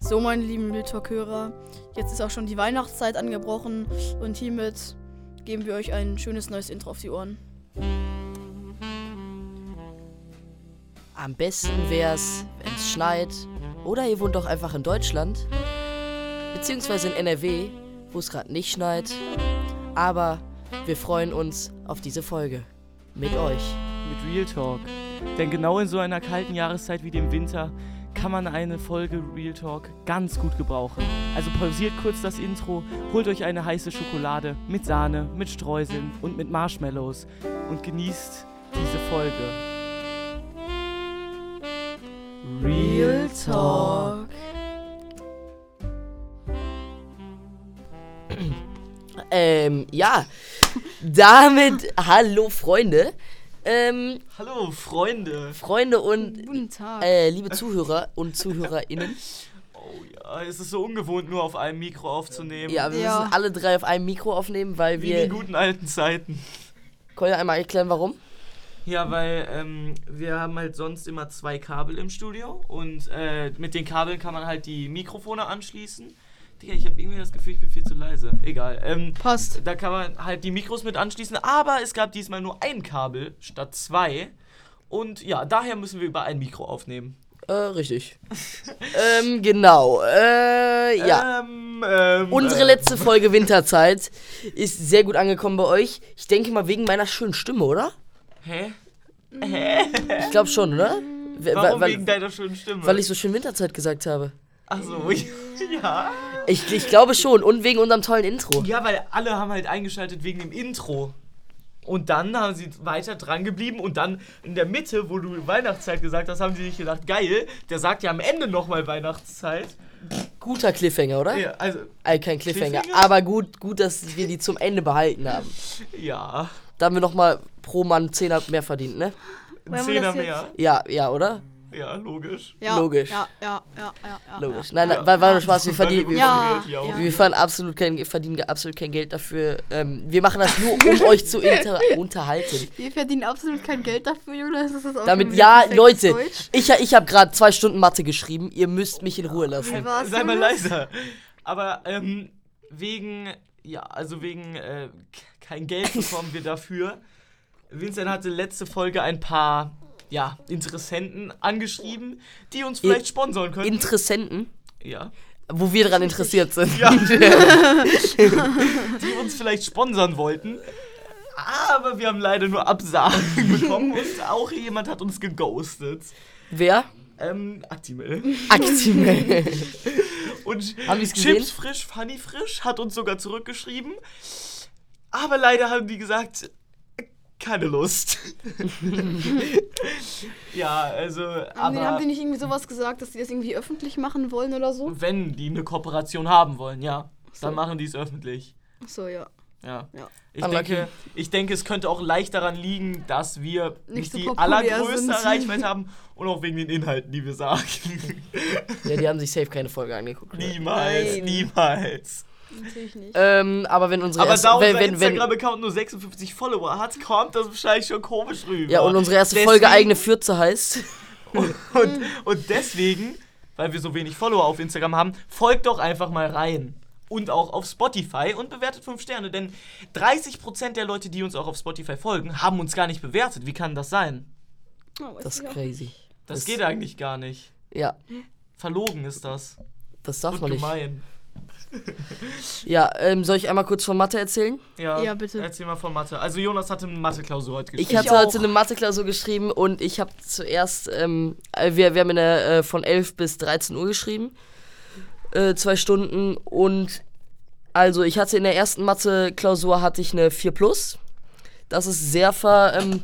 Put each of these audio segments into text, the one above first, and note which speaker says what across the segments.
Speaker 1: So, meine lieben Real Talk Hörer, jetzt ist auch schon die Weihnachtszeit angebrochen und hiermit geben wir euch ein schönes neues Intro auf die Ohren.
Speaker 2: Am besten wär's, wenn's schneit. Oder ihr wohnt doch einfach in Deutschland. Beziehungsweise in NRW, wo es gerade nicht schneit. Aber wir freuen uns auf diese Folge. Mit euch.
Speaker 3: mit Real Talk. Denn genau in so einer kalten Jahreszeit wie dem Winter kann man eine Folge Real Talk ganz gut gebrauchen. Also pausiert kurz das Intro, holt euch eine heiße Schokolade mit Sahne, mit Streuseln und mit Marshmallows und genießt diese Folge. Real
Speaker 1: Talk.
Speaker 2: Ähm, ja. Damit, hallo Freunde. Ähm,
Speaker 3: Hallo Freunde.
Speaker 2: Freunde und
Speaker 1: Guten Tag.
Speaker 2: äh, liebe Zuhörer und ZuhörerInnen.
Speaker 3: Oh ja, es ist so ungewohnt, nur auf einem Mikro aufzunehmen.
Speaker 2: Ja, wir
Speaker 1: Ja.
Speaker 2: müssen alle drei auf einem Mikro aufnehmen, weil wir.
Speaker 3: guten alten Zeiten.
Speaker 2: Können wir einmal erklären, warum?
Speaker 3: Ja, weil ähm, wir haben halt sonst immer zwei Kabel im Studio und äh, mit den Kabeln kann man halt die Mikrofone anschließen. Digga, ich habe irgendwie das Gefühl, ich bin viel zu leise. Egal. Ähm,
Speaker 1: Passt.
Speaker 3: da kann man halt die Mikros mit anschließen, aber es gab diesmal nur ein Kabel statt zwei. Und ja, daher müssen wir über ein Mikro aufnehmen.
Speaker 2: Äh, richtig. ähm, genau. Äh, ja.
Speaker 3: Ähm, ähm,
Speaker 2: Unsere
Speaker 3: ähm,
Speaker 2: letzte Folge Winterzeit ist sehr gut angekommen bei euch. Ich denke mal wegen meiner schönen Stimme, oder?
Speaker 3: äh, Hä?
Speaker 2: Ich glaube schon, oder? We-
Speaker 3: Warum
Speaker 2: weil,
Speaker 3: wegen deiner schönen Stimme?
Speaker 2: weil ich so schön Winterzeit gesagt habe.
Speaker 3: Achso, ja.
Speaker 2: Ich, ich glaube schon. Und wegen unserem tollen Intro.
Speaker 3: Ja, weil alle haben halt eingeschaltet wegen dem Intro. Und dann haben sie weiter dran geblieben und dann in der Mitte, wo du Weihnachtszeit gesagt hast, haben sie sich gedacht, geil, der sagt ja am Ende nochmal Weihnachtszeit.
Speaker 2: Guter Cliffhanger, oder?
Speaker 3: Ja, also,
Speaker 2: Äh, kein Cliffhanger.
Speaker 3: Cliffhanger?
Speaker 2: Aber gut, gut, dass wir die zum Ende behalten haben.
Speaker 3: ja,
Speaker 2: Da haben wir nochmal pro Mann 10 mehr verdient, ne?
Speaker 3: ein
Speaker 1: Wollen wir
Speaker 3: Zehner
Speaker 1: das
Speaker 3: mehr.
Speaker 2: Ja, ja, oder?
Speaker 3: Ja, logisch.
Speaker 1: Ja,
Speaker 2: Logisch.
Speaker 1: Ja, ja, ja, ja. ja
Speaker 2: Logisch. Nein, nein, war, war nur Spaß. Wir verdienen, wir,
Speaker 1: Ja,
Speaker 3: Ja.
Speaker 1: ja.
Speaker 2: wir fahren absolut kein, verdienen absolut kein Geld dafür. Ähm, wir machen das nur, um euch zu inter unterhalten.
Speaker 1: Wir verdienen absolut kein Geld dafür, Junge. Das ist das auch schon
Speaker 2: Damit,
Speaker 1: wieder
Speaker 2: ja,
Speaker 1: perfektes
Speaker 2: Leute,
Speaker 1: Deutsch.
Speaker 2: ich, ich habe gerade zwei Stunden Mathe geschrieben. Ihr müsst mich in Ruhe lassen.
Speaker 1: Was
Speaker 3: Sei mal
Speaker 1: soll das?
Speaker 3: leiser. Aber ähm, wegen, ja, also wegen äh, k- kein Geld bekommen wir dafür. Vincent hatte letzte Folge ein paar, ja, Interessenten angeschrieben, die uns vielleicht sponsoren können.
Speaker 2: Interessenten,
Speaker 3: Ja.
Speaker 2: wo wir daran interessiert sind.
Speaker 3: Ja. die uns vielleicht sponsern wollten. Aber wir haben leider nur Absagen bekommen und auch jemand hat uns geghostet.
Speaker 2: Wer?
Speaker 3: Ähm, Actimel.
Speaker 2: Aktimel.
Speaker 3: Und
Speaker 2: Haben die's gesehen?
Speaker 3: Chips frisch, Funny frisch hat uns sogar zurückgeschrieben. Aber leider haben die gesagt, keine Lust. ja, also,
Speaker 1: Haben die,
Speaker 3: aber
Speaker 1: haben die nicht irgendwie sowas gesagt, dass die das irgendwie öffentlich machen wollen oder so?
Speaker 3: wenn die eine Kooperation haben wollen, ja, dann machen die es öffentlich.
Speaker 1: Achso, ja.
Speaker 3: Ja.
Speaker 1: Ja.
Speaker 3: Ich,
Speaker 2: Unlucky.
Speaker 3: denke, ich denke, es könnte auch leicht daran liegen, dass wir
Speaker 1: Nicht
Speaker 3: nicht,
Speaker 1: so
Speaker 3: die
Speaker 1: populär
Speaker 3: allergrößte
Speaker 1: sind.
Speaker 3: Reichweite haben und auch wegen den Inhalten, die wir sagen.
Speaker 2: ja, die haben sich safe keine Folge angeguckt.
Speaker 3: niemals,
Speaker 1: Nein.
Speaker 3: niemals.
Speaker 1: Natürlich nicht.
Speaker 2: Ähm, aber wenn unsere
Speaker 3: Aber
Speaker 2: erste,
Speaker 3: da
Speaker 2: wenn,
Speaker 3: unser
Speaker 2: wenn, wenn,
Speaker 3: Instagram-Account nur 56 Follower hat, kommt das wahrscheinlich schon komisch rüber.
Speaker 2: ja und unsere erste
Speaker 3: Deswegen-
Speaker 2: Folge eigene Fürze heißt.
Speaker 3: Und, und deswegen, weil wir so wenig Follower auf Instagram haben, folgt doch einfach mal rein. Und auch auf Spotify und bewertet 5 Sterne, denn 30% der Leute, die uns auch auf Spotify folgen, haben uns gar nicht bewertet. Wie kann das sein?
Speaker 1: Oh, weiß
Speaker 2: Das
Speaker 1: ich
Speaker 2: ist
Speaker 1: auch.
Speaker 2: crazy.
Speaker 3: Das,
Speaker 2: Das-
Speaker 3: geht eigentlich gar nicht.
Speaker 2: Ja,
Speaker 3: Verlogen ist das.
Speaker 2: das darf
Speaker 3: Und
Speaker 2: man nicht.
Speaker 3: gemein.
Speaker 2: Ja, ähm, soll ich einmal kurz von Mathe erzählen?
Speaker 3: Ja,
Speaker 1: Ja, bitte.
Speaker 3: Erzähl mal von Mathe. Also Jonas hatte eine Mathe-Klausur heute geschrieben.
Speaker 2: Ich hatte
Speaker 1: auch.
Speaker 2: heute eine Mathe-Klausur geschrieben und ich habe zuerst, ähm, äh, wir, wir haben in der, äh, von 11 bis 13 Uhr geschrieben, äh, zwei Stunden und also ich hatte in der ersten Mathe-Klausur hatte ich eine 4 plus. Das ist sehr, ver, ähm,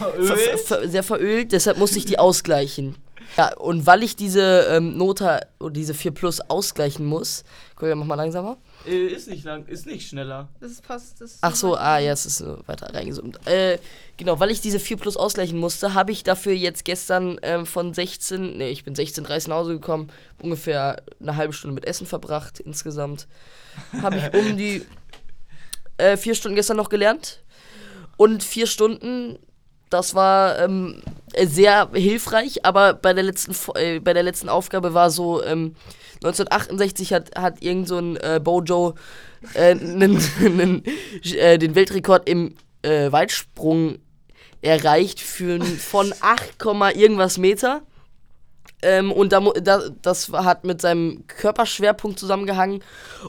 Speaker 3: Äh,
Speaker 2: ver, ver,
Speaker 3: Verölt.
Speaker 2: ver, sehr verölt, deshalb musste ich die ausgleichen. Ja, und weil ich diese ähm, Nota, diese 4 plus ausgleichen muss, Julia, mach mal langsamer.
Speaker 3: Äh, ist nicht lang, ist nicht schneller.
Speaker 1: Das ist passt. Das ist
Speaker 2: Ach so, ah, ja, es ist äh, weiter reingezoomt. Äh, genau, weil ich diese 4 plus ausgleichen musste, habe ich dafür jetzt gestern ähm, von 16, nee, ich bin 16.30 nach Hause gekommen, ungefähr eine halbe Stunde mit Essen verbracht insgesamt. Habe ich um die äh, vier Stunden gestern noch gelernt. Und vier Stunden Das war ähm, sehr hilfreich, aber bei der letzten, Fo- äh, bei der letzten Aufgabe war so, ähm, 1968 hat, hat irgend so ein äh, Bojo äh, nen, nen, äh, den Weltrekord im äh, Weitsprung erreicht für, n- von 8, Komma irgendwas Meter. Ähm, und da, mu- da, das hat mit seinem Körperschwerpunkt zusammengehangen.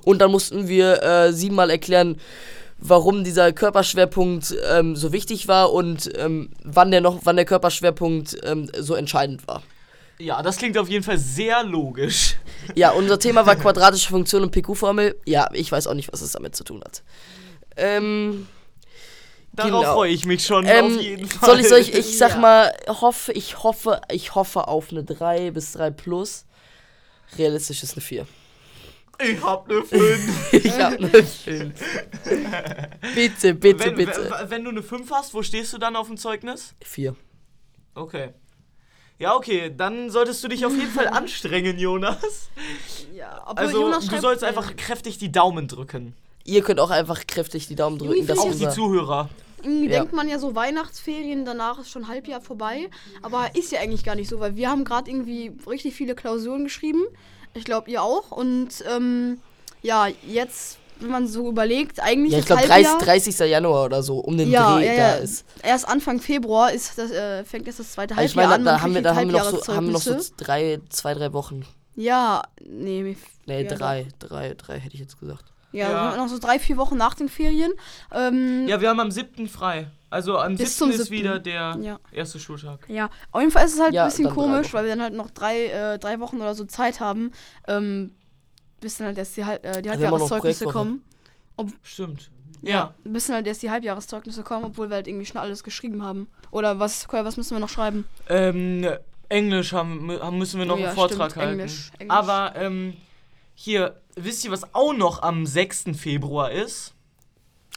Speaker 2: Und dann mussten wir äh, siebenmal erklären, warum dieser Körperschwerpunkt ähm, so wichtig war und ähm, wann der noch, wann der Körperschwerpunkt ähm, so entscheidend war.
Speaker 3: Ja, das klingt auf jeden Fall sehr logisch.
Speaker 2: Ja, unser Thema war quadratische Funktion und PQ-Formel. Ja, ich weiß auch nicht, was es damit zu tun hat. Ähm,
Speaker 3: Darauf
Speaker 2: Genau.
Speaker 3: freue ich mich schon
Speaker 2: ähm,
Speaker 3: auf jeden Fall.
Speaker 2: soll ich, soll ich, ich sag
Speaker 1: Ja.
Speaker 2: mal, hoffe, ich hoffe, ich hoffe auf eine 3 bis 3 plus. Realistisch ist eine 4.
Speaker 3: Ich hab ne 5.
Speaker 2: Ich hab eine 5. bitte, bitte,
Speaker 3: wenn,
Speaker 2: bitte.
Speaker 3: wenn, wenn du eine 5 hast, wo stehst du dann auf dem Zeugnis?
Speaker 2: 4.
Speaker 3: Okay. Ja, okay, dann solltest du dich auf jeden Fall anstrengen, Jonas.
Speaker 2: äh,
Speaker 1: Ja, aber
Speaker 3: Also,
Speaker 1: Jonas
Speaker 3: du
Speaker 1: schreibt-
Speaker 3: sollst einfach kräftig die Daumen drücken.
Speaker 2: Ihr könnt auch einfach kräftig die Daumen drücken.
Speaker 1: Irgendwie
Speaker 2: Dass
Speaker 1: ist
Speaker 3: Auch die
Speaker 2: unser,
Speaker 3: Zuhörer.
Speaker 1: Irgendwie
Speaker 2: Ja.
Speaker 1: denkt man ja so Weihnachtsferien, danach ist schon Halbjahr vorbei. Aber ist ja eigentlich gar nicht so, weil wir haben gerade irgendwie richtig viele Klausuren geschrieben. Ich glaube, ihr auch. Und ähm, ja, jetzt, wenn man so überlegt, eigentlich
Speaker 2: ja, ich
Speaker 1: ist
Speaker 2: glaube,
Speaker 1: Halbjahr...
Speaker 2: 30, 30. Januar oder so, um den
Speaker 1: ja,
Speaker 2: Dreh
Speaker 1: ja,
Speaker 2: da
Speaker 1: ja.
Speaker 2: ist.
Speaker 1: Erst Anfang Februar ist das, äh, fängt erst das zweite
Speaker 2: Also ich
Speaker 1: Halbjahr
Speaker 2: meine,
Speaker 1: an.
Speaker 2: da,
Speaker 1: man
Speaker 2: haben wir,
Speaker 1: kriegt
Speaker 2: da
Speaker 1: die
Speaker 2: haben wir noch so, haben wir noch so
Speaker 1: Halbjahreszeugnisse.
Speaker 2: drei, zwei, drei Wochen.
Speaker 1: Ja, nee, mir-
Speaker 2: Nee,
Speaker 1: ja,
Speaker 2: drei, drei, drei hätte ich jetzt gesagt.
Speaker 1: Ja,
Speaker 3: Ja.
Speaker 1: wir haben noch so drei, vier Wochen nach den Ferien. Ähm,
Speaker 3: Ja, wir haben am 7. frei. Also am
Speaker 1: Bis zum
Speaker 3: 7. ist
Speaker 1: 7..
Speaker 3: wieder der
Speaker 1: Ja.
Speaker 3: erste Schultag.
Speaker 1: Ja, auf jeden Fall ist es halt
Speaker 2: Ja,
Speaker 1: ein bisschen
Speaker 2: dann drei
Speaker 1: komisch,
Speaker 2: Wochen.
Speaker 1: weil wir dann halt noch drei, äh, drei Wochen oder so Zeit haben, ähm, bis dann halt erst die, Hal- äh, die
Speaker 2: haben wir noch
Speaker 1: Halbjahreszeugnisse
Speaker 2: Projektwoche.
Speaker 1: kommen.
Speaker 3: Stimmt.
Speaker 1: Ja.
Speaker 3: Ja.
Speaker 1: Bis dann halt erst die Halbjahreszeugnisse kommen, obwohl wir halt irgendwie schon alles geschrieben haben. Oder was, Kolja, was müssen wir noch schreiben?
Speaker 3: Ähm, Englisch haben, mü- haben- müssen wir noch
Speaker 1: Oh ja,
Speaker 3: einen Vortrag
Speaker 1: stimmt,
Speaker 3: halten.
Speaker 1: Englisch, Englisch.
Speaker 3: Aber ähm, hier, wisst ihr, was auch noch am 6. Februar ist?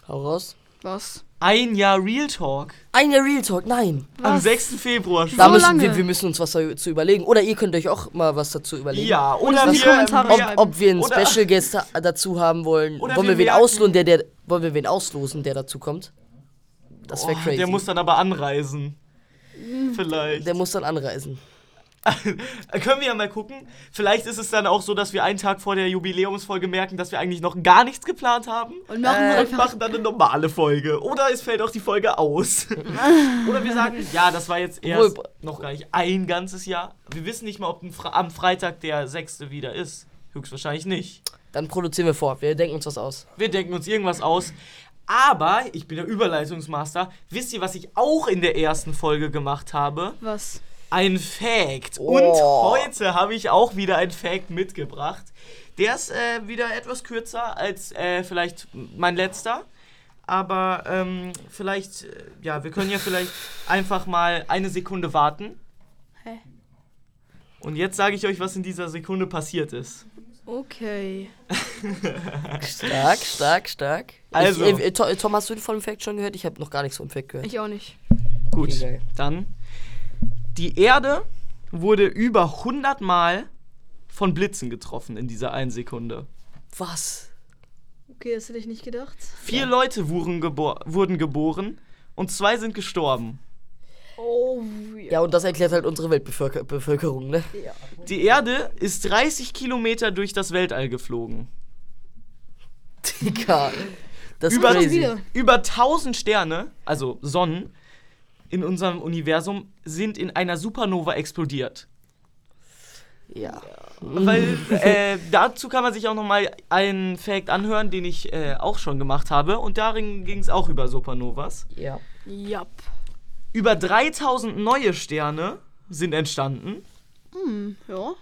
Speaker 2: Hau raus.
Speaker 1: Was?
Speaker 3: Ein Jahr Real Talk.
Speaker 2: Ein Jahr Real Talk, nein.
Speaker 3: Am
Speaker 1: Was?
Speaker 3: 6. Februar
Speaker 2: Da
Speaker 1: So
Speaker 2: müssen
Speaker 1: lange?
Speaker 2: wir, wir müssen uns was dazu überlegen. Oder ihr könnt euch auch mal was dazu überlegen.
Speaker 3: Ja, oder
Speaker 1: in die
Speaker 3: wir,
Speaker 1: Kommentare
Speaker 3: ob-
Speaker 1: schreiben.
Speaker 2: Ob, ob wir einen
Speaker 3: Oder-
Speaker 2: Special Guest da- dazu haben wollen.
Speaker 3: Oder
Speaker 2: Wollen
Speaker 3: wir
Speaker 2: wir, wen
Speaker 3: merken-
Speaker 2: auslosen, der, der, wollen wir wen auslosen, der dazu kommt? Das wäre
Speaker 3: Oh,
Speaker 2: crazy.
Speaker 3: Der muss dann aber anreisen.
Speaker 1: Hm.
Speaker 3: Vielleicht.
Speaker 2: der muss dann anreisen.
Speaker 3: Äh, Können wir ja mal gucken. Vielleicht ist es dann auch so, dass wir einen Tag vor der Jubiläumsfolge merken, dass wir eigentlich noch gar nichts geplant haben. Äh,
Speaker 1: Und machen wir
Speaker 3: Und
Speaker 1: einfach.
Speaker 3: machen dann eine normale Folge. Oder es fällt auch die Folge aus. Oder wir sagen, ja, das war jetzt erst
Speaker 2: Obwohl-
Speaker 3: noch gar nicht ein ganzes Jahr. Wir wissen nicht mal, ob ein Fre- am Freitag der 6. wieder ist. Höchstwahrscheinlich nicht.
Speaker 2: Dann produzieren wir vor. Wir denken uns was aus.
Speaker 3: Wir denken uns irgendwas aus. Aber ich bin der Überleitungsmaster. Wisst ihr, was ich auch in der ersten Folge gemacht habe?
Speaker 1: Was?
Speaker 3: Ein Fact.
Speaker 2: Oh.
Speaker 3: Und heute habe ich auch wieder ein Fact mitgebracht. Der ist äh, wieder etwas kürzer als äh, vielleicht mein letzter. Aber ähm, vielleicht, äh, ja, wir können ja vielleicht einfach mal eine Sekunde warten.
Speaker 1: Hä?
Speaker 3: Und jetzt sage ich euch, was in dieser Sekunde passiert ist.
Speaker 1: Okay.
Speaker 2: Stark, stark, stark.
Speaker 3: Also.
Speaker 2: Ich, äh, To- Tom, hast du von dem Fact schon gehört? Ich habe noch gar nichts vom Fact gehört.
Speaker 1: Ich auch nicht.
Speaker 3: Gut,
Speaker 2: Egal.
Speaker 3: dann. Die Erde wurde über 100 Mal von Blitzen getroffen in dieser einen Sekunde.
Speaker 2: Was?
Speaker 1: Okay, das hätte ich nicht gedacht.
Speaker 3: Vier Leute wurden, gebor wurden geboren und zwei sind gestorben.
Speaker 1: Oh, ja.
Speaker 2: Ja, und das erklärt halt unsere Weltbevölkerung, ne?
Speaker 3: Die Erde ist 30 Kilometer durch das Weltall geflogen.
Speaker 2: Digga. Das ist
Speaker 3: Über,
Speaker 1: schon
Speaker 2: crazy.
Speaker 1: wieder.
Speaker 3: über 1000 Sterne, also Sonnen, in unserem Universum sind in einer Supernova explodiert.
Speaker 2: Ja.
Speaker 3: Weil äh, dazu kann man sich auch nochmal einen Fact anhören, den ich äh, auch schon gemacht habe. Und darin ging es auch über Supernovas.
Speaker 2: Ja.
Speaker 1: Jap.
Speaker 3: Über 3000 neue Sterne sind entstanden.
Speaker 1: Ja.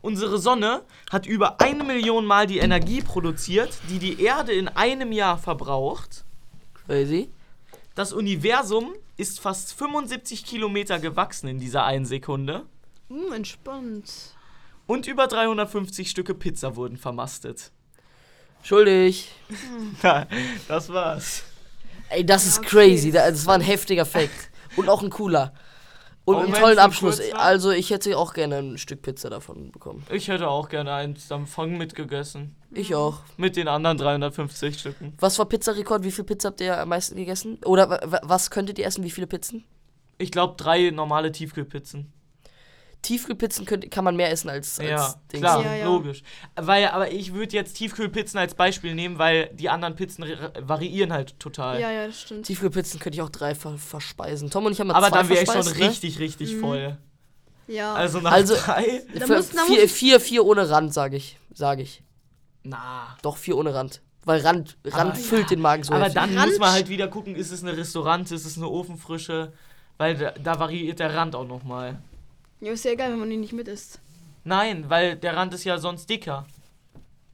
Speaker 3: Unsere Sonne hat über eine Million Mal die Energie produziert, die die Erde in einem Jahr verbraucht.
Speaker 2: Crazy.
Speaker 3: Das Universum ist fast 75 Kilometer gewachsen in dieser einen Sekunde.
Speaker 1: Hm, entspannt.
Speaker 3: Und über 350 Stücke Pizza wurden vermastet.
Speaker 2: Schuldig.
Speaker 3: das war's.
Speaker 2: Ey, das
Speaker 1: Ja,
Speaker 2: ist
Speaker 1: okay.
Speaker 2: crazy. Da- Das war ein heftiger Fact. Und auch ein cooler. Und
Speaker 3: Auch
Speaker 2: einen
Speaker 3: wenn's
Speaker 2: tollen
Speaker 3: nur
Speaker 2: Abschluss.
Speaker 3: kurz war?
Speaker 2: Also, ich hätte auch gerne ein Stück Pizza davon bekommen.
Speaker 3: Ich hätte auch gerne eins am Fang mitgegessen.
Speaker 2: Ich auch.
Speaker 3: Mit den anderen 350 Stücken.
Speaker 2: Was war Pizzarekord? Wie viel Pizza habt ihr am meisten gegessen? Oder wa- wa- was könntet ihr essen? Wie viele Pizzen?
Speaker 3: Ich glaube, drei normale Tiefkühlpizzen.
Speaker 2: Tiefkühlpizzen könnt, kann man mehr essen als, als
Speaker 3: Ja,
Speaker 2: Dings.
Speaker 3: klar,
Speaker 1: Ja, ja.
Speaker 3: logisch. Weil, aber ich würde jetzt Tiefkühlpizzen als Beispiel nehmen, weil die anderen Pizzen r- variieren halt total.
Speaker 1: Ja, ja, das stimmt.
Speaker 2: Tiefkühlpizzen könnte ich auch drei ver verspeisen. Tom und ich haben mal
Speaker 3: aber
Speaker 2: zwei
Speaker 3: dann wäre ich schon
Speaker 2: verspeist, ne?
Speaker 3: richtig, richtig
Speaker 1: Mhm.
Speaker 3: voll.
Speaker 1: Ja.
Speaker 3: Also nach
Speaker 2: Also-
Speaker 3: drei.
Speaker 1: Da
Speaker 2: Für-
Speaker 1: muss- da
Speaker 2: vier,
Speaker 1: muss-
Speaker 2: vier, vier ohne Rand, sage ich. Sag ich.
Speaker 3: Na.
Speaker 2: Doch, vier ohne Rand. Weil Rand, Rand
Speaker 3: Aber-
Speaker 2: füllt den Magen so.
Speaker 3: Aber
Speaker 2: heftig.
Speaker 3: dann
Speaker 1: Also Rand-
Speaker 3: muss man halt wieder gucken, ist es eine Restaurante, ist es eine Ofenfrische, weil da, da variiert der Rand auch nochmal.
Speaker 1: ja, ist ja egal, wenn man ihn nicht mit isst.
Speaker 3: Nein, weil der Rand ist ja sonst dicker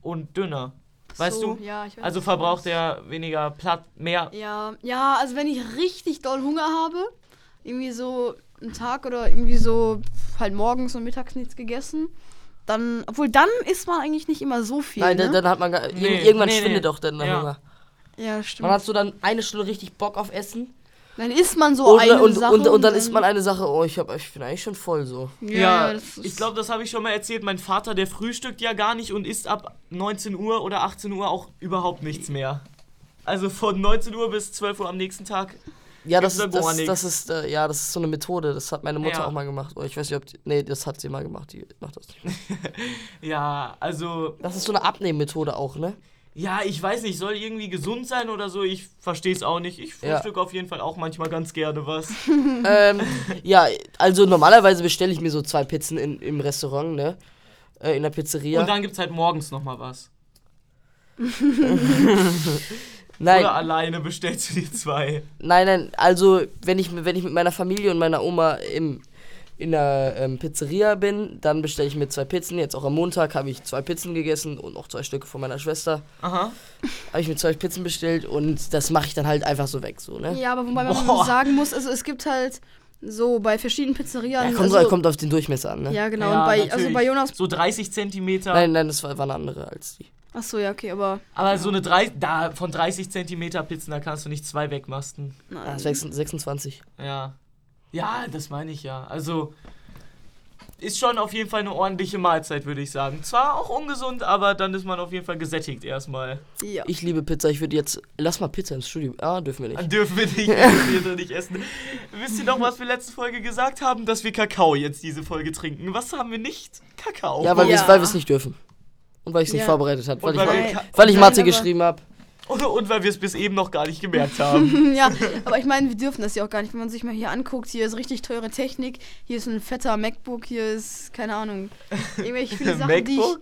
Speaker 3: und dünner. Weißt
Speaker 1: so,
Speaker 3: du?
Speaker 1: Ja, ich weiß
Speaker 3: Also
Speaker 1: was du
Speaker 3: verbraucht
Speaker 1: meinst.
Speaker 3: er weniger Platz, mehr.
Speaker 1: Ja, ja, also wenn ich richtig doll Hunger habe, irgendwie so einen Tag oder irgendwie so halt morgens und mittags nichts gegessen, dann, obwohl dann isst man eigentlich nicht immer so viel.
Speaker 2: Nein,
Speaker 1: ne?
Speaker 2: dann, dann hat man gar, ir-
Speaker 3: Nee,
Speaker 2: irgendwann
Speaker 3: nee,
Speaker 2: schwindet
Speaker 3: nee.
Speaker 2: auch dann der
Speaker 3: Ja.
Speaker 2: Hunger.
Speaker 1: ja,
Speaker 2: Man
Speaker 1: stimmt.
Speaker 2: hat so dann eine Stunde richtig Bock auf Essen
Speaker 1: Dann isst man so
Speaker 2: und,
Speaker 1: Oh, eine
Speaker 2: und,
Speaker 1: Sache.
Speaker 2: und, und dann isst man eine Sache, oh, ich, hab, ich bin eigentlich schon voll so.
Speaker 1: Ja,
Speaker 3: Ja,
Speaker 1: ja das ist,
Speaker 3: ich glaube, das habe ich schon mal erzählt. Mein Vater, der frühstückt ja gar nicht und isst ab 19 Uhr oder 18 Uhr auch überhaupt nichts mehr. Also von 19 Uhr bis 12 Uhr am nächsten Tag.
Speaker 2: Ja, das
Speaker 3: Gibt's
Speaker 2: ist,
Speaker 3: da gar
Speaker 2: das,
Speaker 3: nix.
Speaker 2: das ist äh, ja, das ist so eine Methode. Das hat meine Mutter
Speaker 3: Ja.
Speaker 2: auch mal gemacht. Oh, ich weiß nicht, ob die, nee, das hat sie mal gemacht. Die macht das. nicht.
Speaker 3: Ja, also,
Speaker 2: Das ist so eine Abnehmmethode auch, ne?
Speaker 3: ja, ich weiß nicht, soll irgendwie gesund sein oder so. Ich verstehe es auch nicht. Ich
Speaker 2: Ja.
Speaker 3: frühstücke auf jeden Fall auch manchmal ganz gerne was.
Speaker 2: ähm, ja, also normalerweise bestelle ich mir so zwei Pizzen in, im Restaurant, ne? Äh, in der Pizzeria.
Speaker 3: Und dann gibt's halt morgens nochmal was. Oder
Speaker 2: nein,
Speaker 3: alleine bestellst du dir zwei.
Speaker 2: nein, nein. Also wenn ich wenn ich mit meiner Familie und meiner Oma im in der ähm, Pizzeria bin, dann bestelle ich mir zwei Pizzen. Jetzt auch am Montag habe ich zwei Pizzen gegessen und auch zwei Stücke von meiner Schwester.
Speaker 3: Aha.
Speaker 2: Habe ich mir zwei Pizzen bestellt und das mache ich dann halt einfach so weg, so ne?
Speaker 1: Ja, aber wobei man
Speaker 3: Boah.
Speaker 1: sagen muss, also es gibt halt so bei verschiedenen Pizzerian.
Speaker 2: Ja, kommt,
Speaker 1: also,
Speaker 2: kommt auf den Durchmesser an, ne?
Speaker 1: ja genau.
Speaker 3: Ja,
Speaker 1: und bei, also
Speaker 3: natürlich.
Speaker 1: bei Jonas.
Speaker 3: So 30 Zentimeter.
Speaker 2: Nein, nein, das war, war eine andere als die.
Speaker 1: Achso, ja, okay, aber.
Speaker 3: Aber so eine 3, da von 30 Zentimeter Pizzen, da kannst du nicht zwei wegmasten.
Speaker 2: Ah,
Speaker 1: Nein.
Speaker 2: 26, 26.
Speaker 3: Ja. Ja, das meine ich ja. Also ist schon auf jeden Fall eine ordentliche Mahlzeit, würde ich sagen. Zwar auch ungesund, aber dann ist man auf jeden Fall gesättigt erstmal.
Speaker 1: ja.
Speaker 2: Ich liebe Pizza, ich würde jetzt. Lass mal Pizza ins Studio. Ah, dürfen wir
Speaker 1: Also,
Speaker 2: nicht.
Speaker 3: Dann dürfen wir nicht, dürfen wir so nicht essen. Wisst ihr noch, was wir letzte Folge gesagt haben? Dass wir Kakao jetzt diese Folge trinken. Was haben wir nicht? Kakao.
Speaker 2: Ja, weil
Speaker 1: Ja.
Speaker 2: wir es nicht dürfen. Und weil ich es nicht
Speaker 1: Ja.
Speaker 2: vorbereitet habe. Weil, ich
Speaker 3: Und weil
Speaker 2: Ma-
Speaker 3: wir
Speaker 1: Nein.
Speaker 3: Ka-
Speaker 2: weil ich
Speaker 1: Nein,
Speaker 2: Mathe
Speaker 1: aber-
Speaker 2: geschrieben habe.
Speaker 3: Und, und weil wir es bis eben noch gar nicht gemerkt haben.
Speaker 1: Ja, aber ich meine, wir dürfen das ja auch gar nicht. Wenn man sich mal hier anguckt, hier ist richtig teure Technik, hier ist ein fetter MacBook, hier ist, keine Ahnung, irgendwelche viele Sachen, die
Speaker 3: MacBook,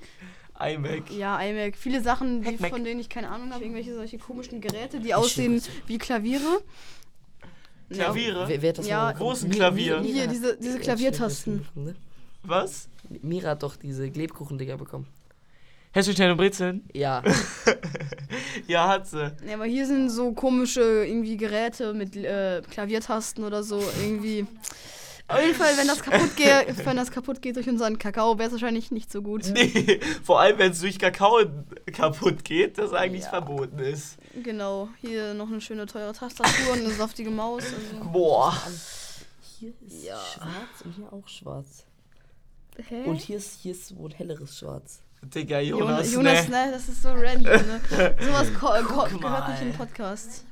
Speaker 1: ich.
Speaker 3: iMac.
Speaker 1: Ja, iMac, viele Sachen, die,
Speaker 3: Mac, Mac.
Speaker 1: von denen ich keine Ahnung habe, irgendwelche solche komischen Geräte, die aussehen wie Klaviere. Ja.
Speaker 3: Klaviere.
Speaker 2: Wer, wer hat das
Speaker 1: Ja.
Speaker 2: mal-
Speaker 3: Wo ist ein
Speaker 2: Mi-
Speaker 3: Klavier?
Speaker 2: Mi- Mira
Speaker 1: Hier,
Speaker 2: hat-
Speaker 1: diese- diese
Speaker 2: Ja,
Speaker 1: Klaviertasten.
Speaker 2: stimmt, das ist
Speaker 3: Was?
Speaker 2: ein- ne? Mira hat doch diese Klebkuchendinger bekommen.
Speaker 3: Hessischen und Brezeln?
Speaker 2: Ja.
Speaker 3: Ja, hat sie.
Speaker 1: Ja, aber hier sind so komische irgendwie Geräte mit äh, Klaviertasten oder so irgendwie. Auf jeden Fall, wenn das kaputt geht, wenn das kaputt geht durch unseren Kakao, wäre es wahrscheinlich nicht so gut.
Speaker 3: Nee, vor allem, wenn es durch Kakao kaputt geht, das eigentlich
Speaker 2: Ja.
Speaker 3: verboten ist.
Speaker 1: Genau, hier noch eine schöne teure Tastatur und eine saftige Maus. Also.
Speaker 3: Boah.
Speaker 2: Hier ist
Speaker 1: Ja.
Speaker 2: schwarz und hier auch schwarz.
Speaker 1: Hä?
Speaker 2: Und hier ist, hier ist wohl ein helleres Schwarz.
Speaker 3: Digga,
Speaker 1: Jonas,
Speaker 3: Jonas,
Speaker 1: Jonas
Speaker 3: ne?
Speaker 1: ne? das ist so random, ne? Sowas ko ko
Speaker 3: Guck
Speaker 1: gehört nicht in
Speaker 3: mal.
Speaker 1: den Podcast.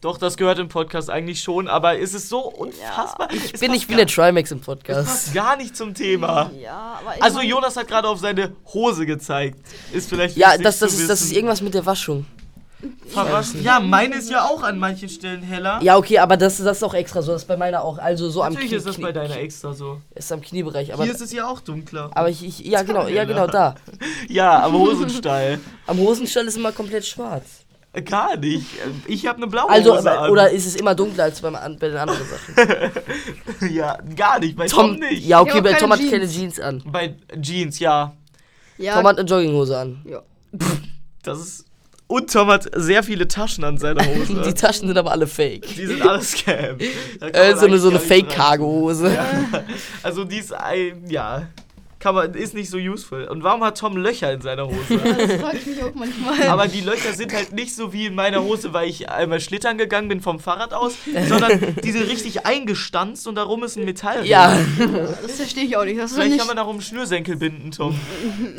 Speaker 3: Doch, das gehört im Podcast eigentlich schon, aber ist es ist so unfassbar? Ich
Speaker 2: Bin ich bin der Trimax im
Speaker 3: Das
Speaker 2: Podcast.
Speaker 3: passt gar nicht zum Thema.
Speaker 1: Ja, aber ich
Speaker 3: Also
Speaker 1: mein-
Speaker 3: Jonas hat gerade auf seine Hose gezeigt. Ist vielleicht
Speaker 2: Ja,
Speaker 3: wichtig
Speaker 2: das, das,
Speaker 3: zu
Speaker 2: ist, das ist
Speaker 3: wissen.
Speaker 2: irgendwas mit der Waschung.
Speaker 3: Verwaschen. Ja, meine ist ja auch an manchen Stellen heller.
Speaker 2: Ja, okay, aber das, das ist auch extra so. Das ist bei meiner auch. Also so am
Speaker 3: Natürlich
Speaker 2: Knie-
Speaker 3: ist das
Speaker 2: Knie-
Speaker 3: bei deiner extra so.
Speaker 2: Ist am Kniebereich, aber.
Speaker 3: Hier ist es ja auch dunkler.
Speaker 2: aber ich, ich, ja, genau, ja,
Speaker 3: Heller.
Speaker 2: genau, da.
Speaker 3: Ja, am Hosenstall. Äh,
Speaker 2: Am Hosenstall ist immer komplett schwarz.
Speaker 3: Gar nicht. Ich habe eine blaue
Speaker 2: Also,
Speaker 3: Hose an.
Speaker 2: oder ist es immer dunkler als beim, an- bei den anderen Sachen?
Speaker 3: ja, gar nicht. Bei Tom, nicht.
Speaker 2: ja, okay,
Speaker 1: Ich hab
Speaker 2: bei
Speaker 1: auch
Speaker 2: Tom hat
Speaker 1: keine
Speaker 2: keine Jeans an.
Speaker 3: Bei Jeans, ja.
Speaker 1: ja,
Speaker 2: Tom hat eine Jogginghose an.
Speaker 1: ja.
Speaker 3: Das ist. Und Tom hat sehr viele Taschen an seiner Hose.
Speaker 2: Die
Speaker 3: die,
Speaker 2: Taschen sind aber alle fake.
Speaker 3: sind alle Scam. Da kann
Speaker 2: Äh,
Speaker 3: man
Speaker 2: so eine, so eine
Speaker 3: eigentlich gar nicht rein.
Speaker 2: Fake-Cargo-Hose.
Speaker 3: Also die ist ein, ja. Kann man, ist nicht so useful. Und warum hat Tom Löcher in seiner Hose?
Speaker 1: Das fragt mich auch manchmal.
Speaker 3: Aber die Löcher sind halt nicht so wie in meiner Hose, weil ich einmal schlittern gegangen bin vom Fahrrad aus, sondern die sind richtig eingestanzt und darum ist ein Metall.
Speaker 2: Ja.
Speaker 1: das verstehe ich auch nicht. Das ist
Speaker 3: Vielleicht
Speaker 1: nicht
Speaker 3: kann man darum Schnürsenkel binden, Tom.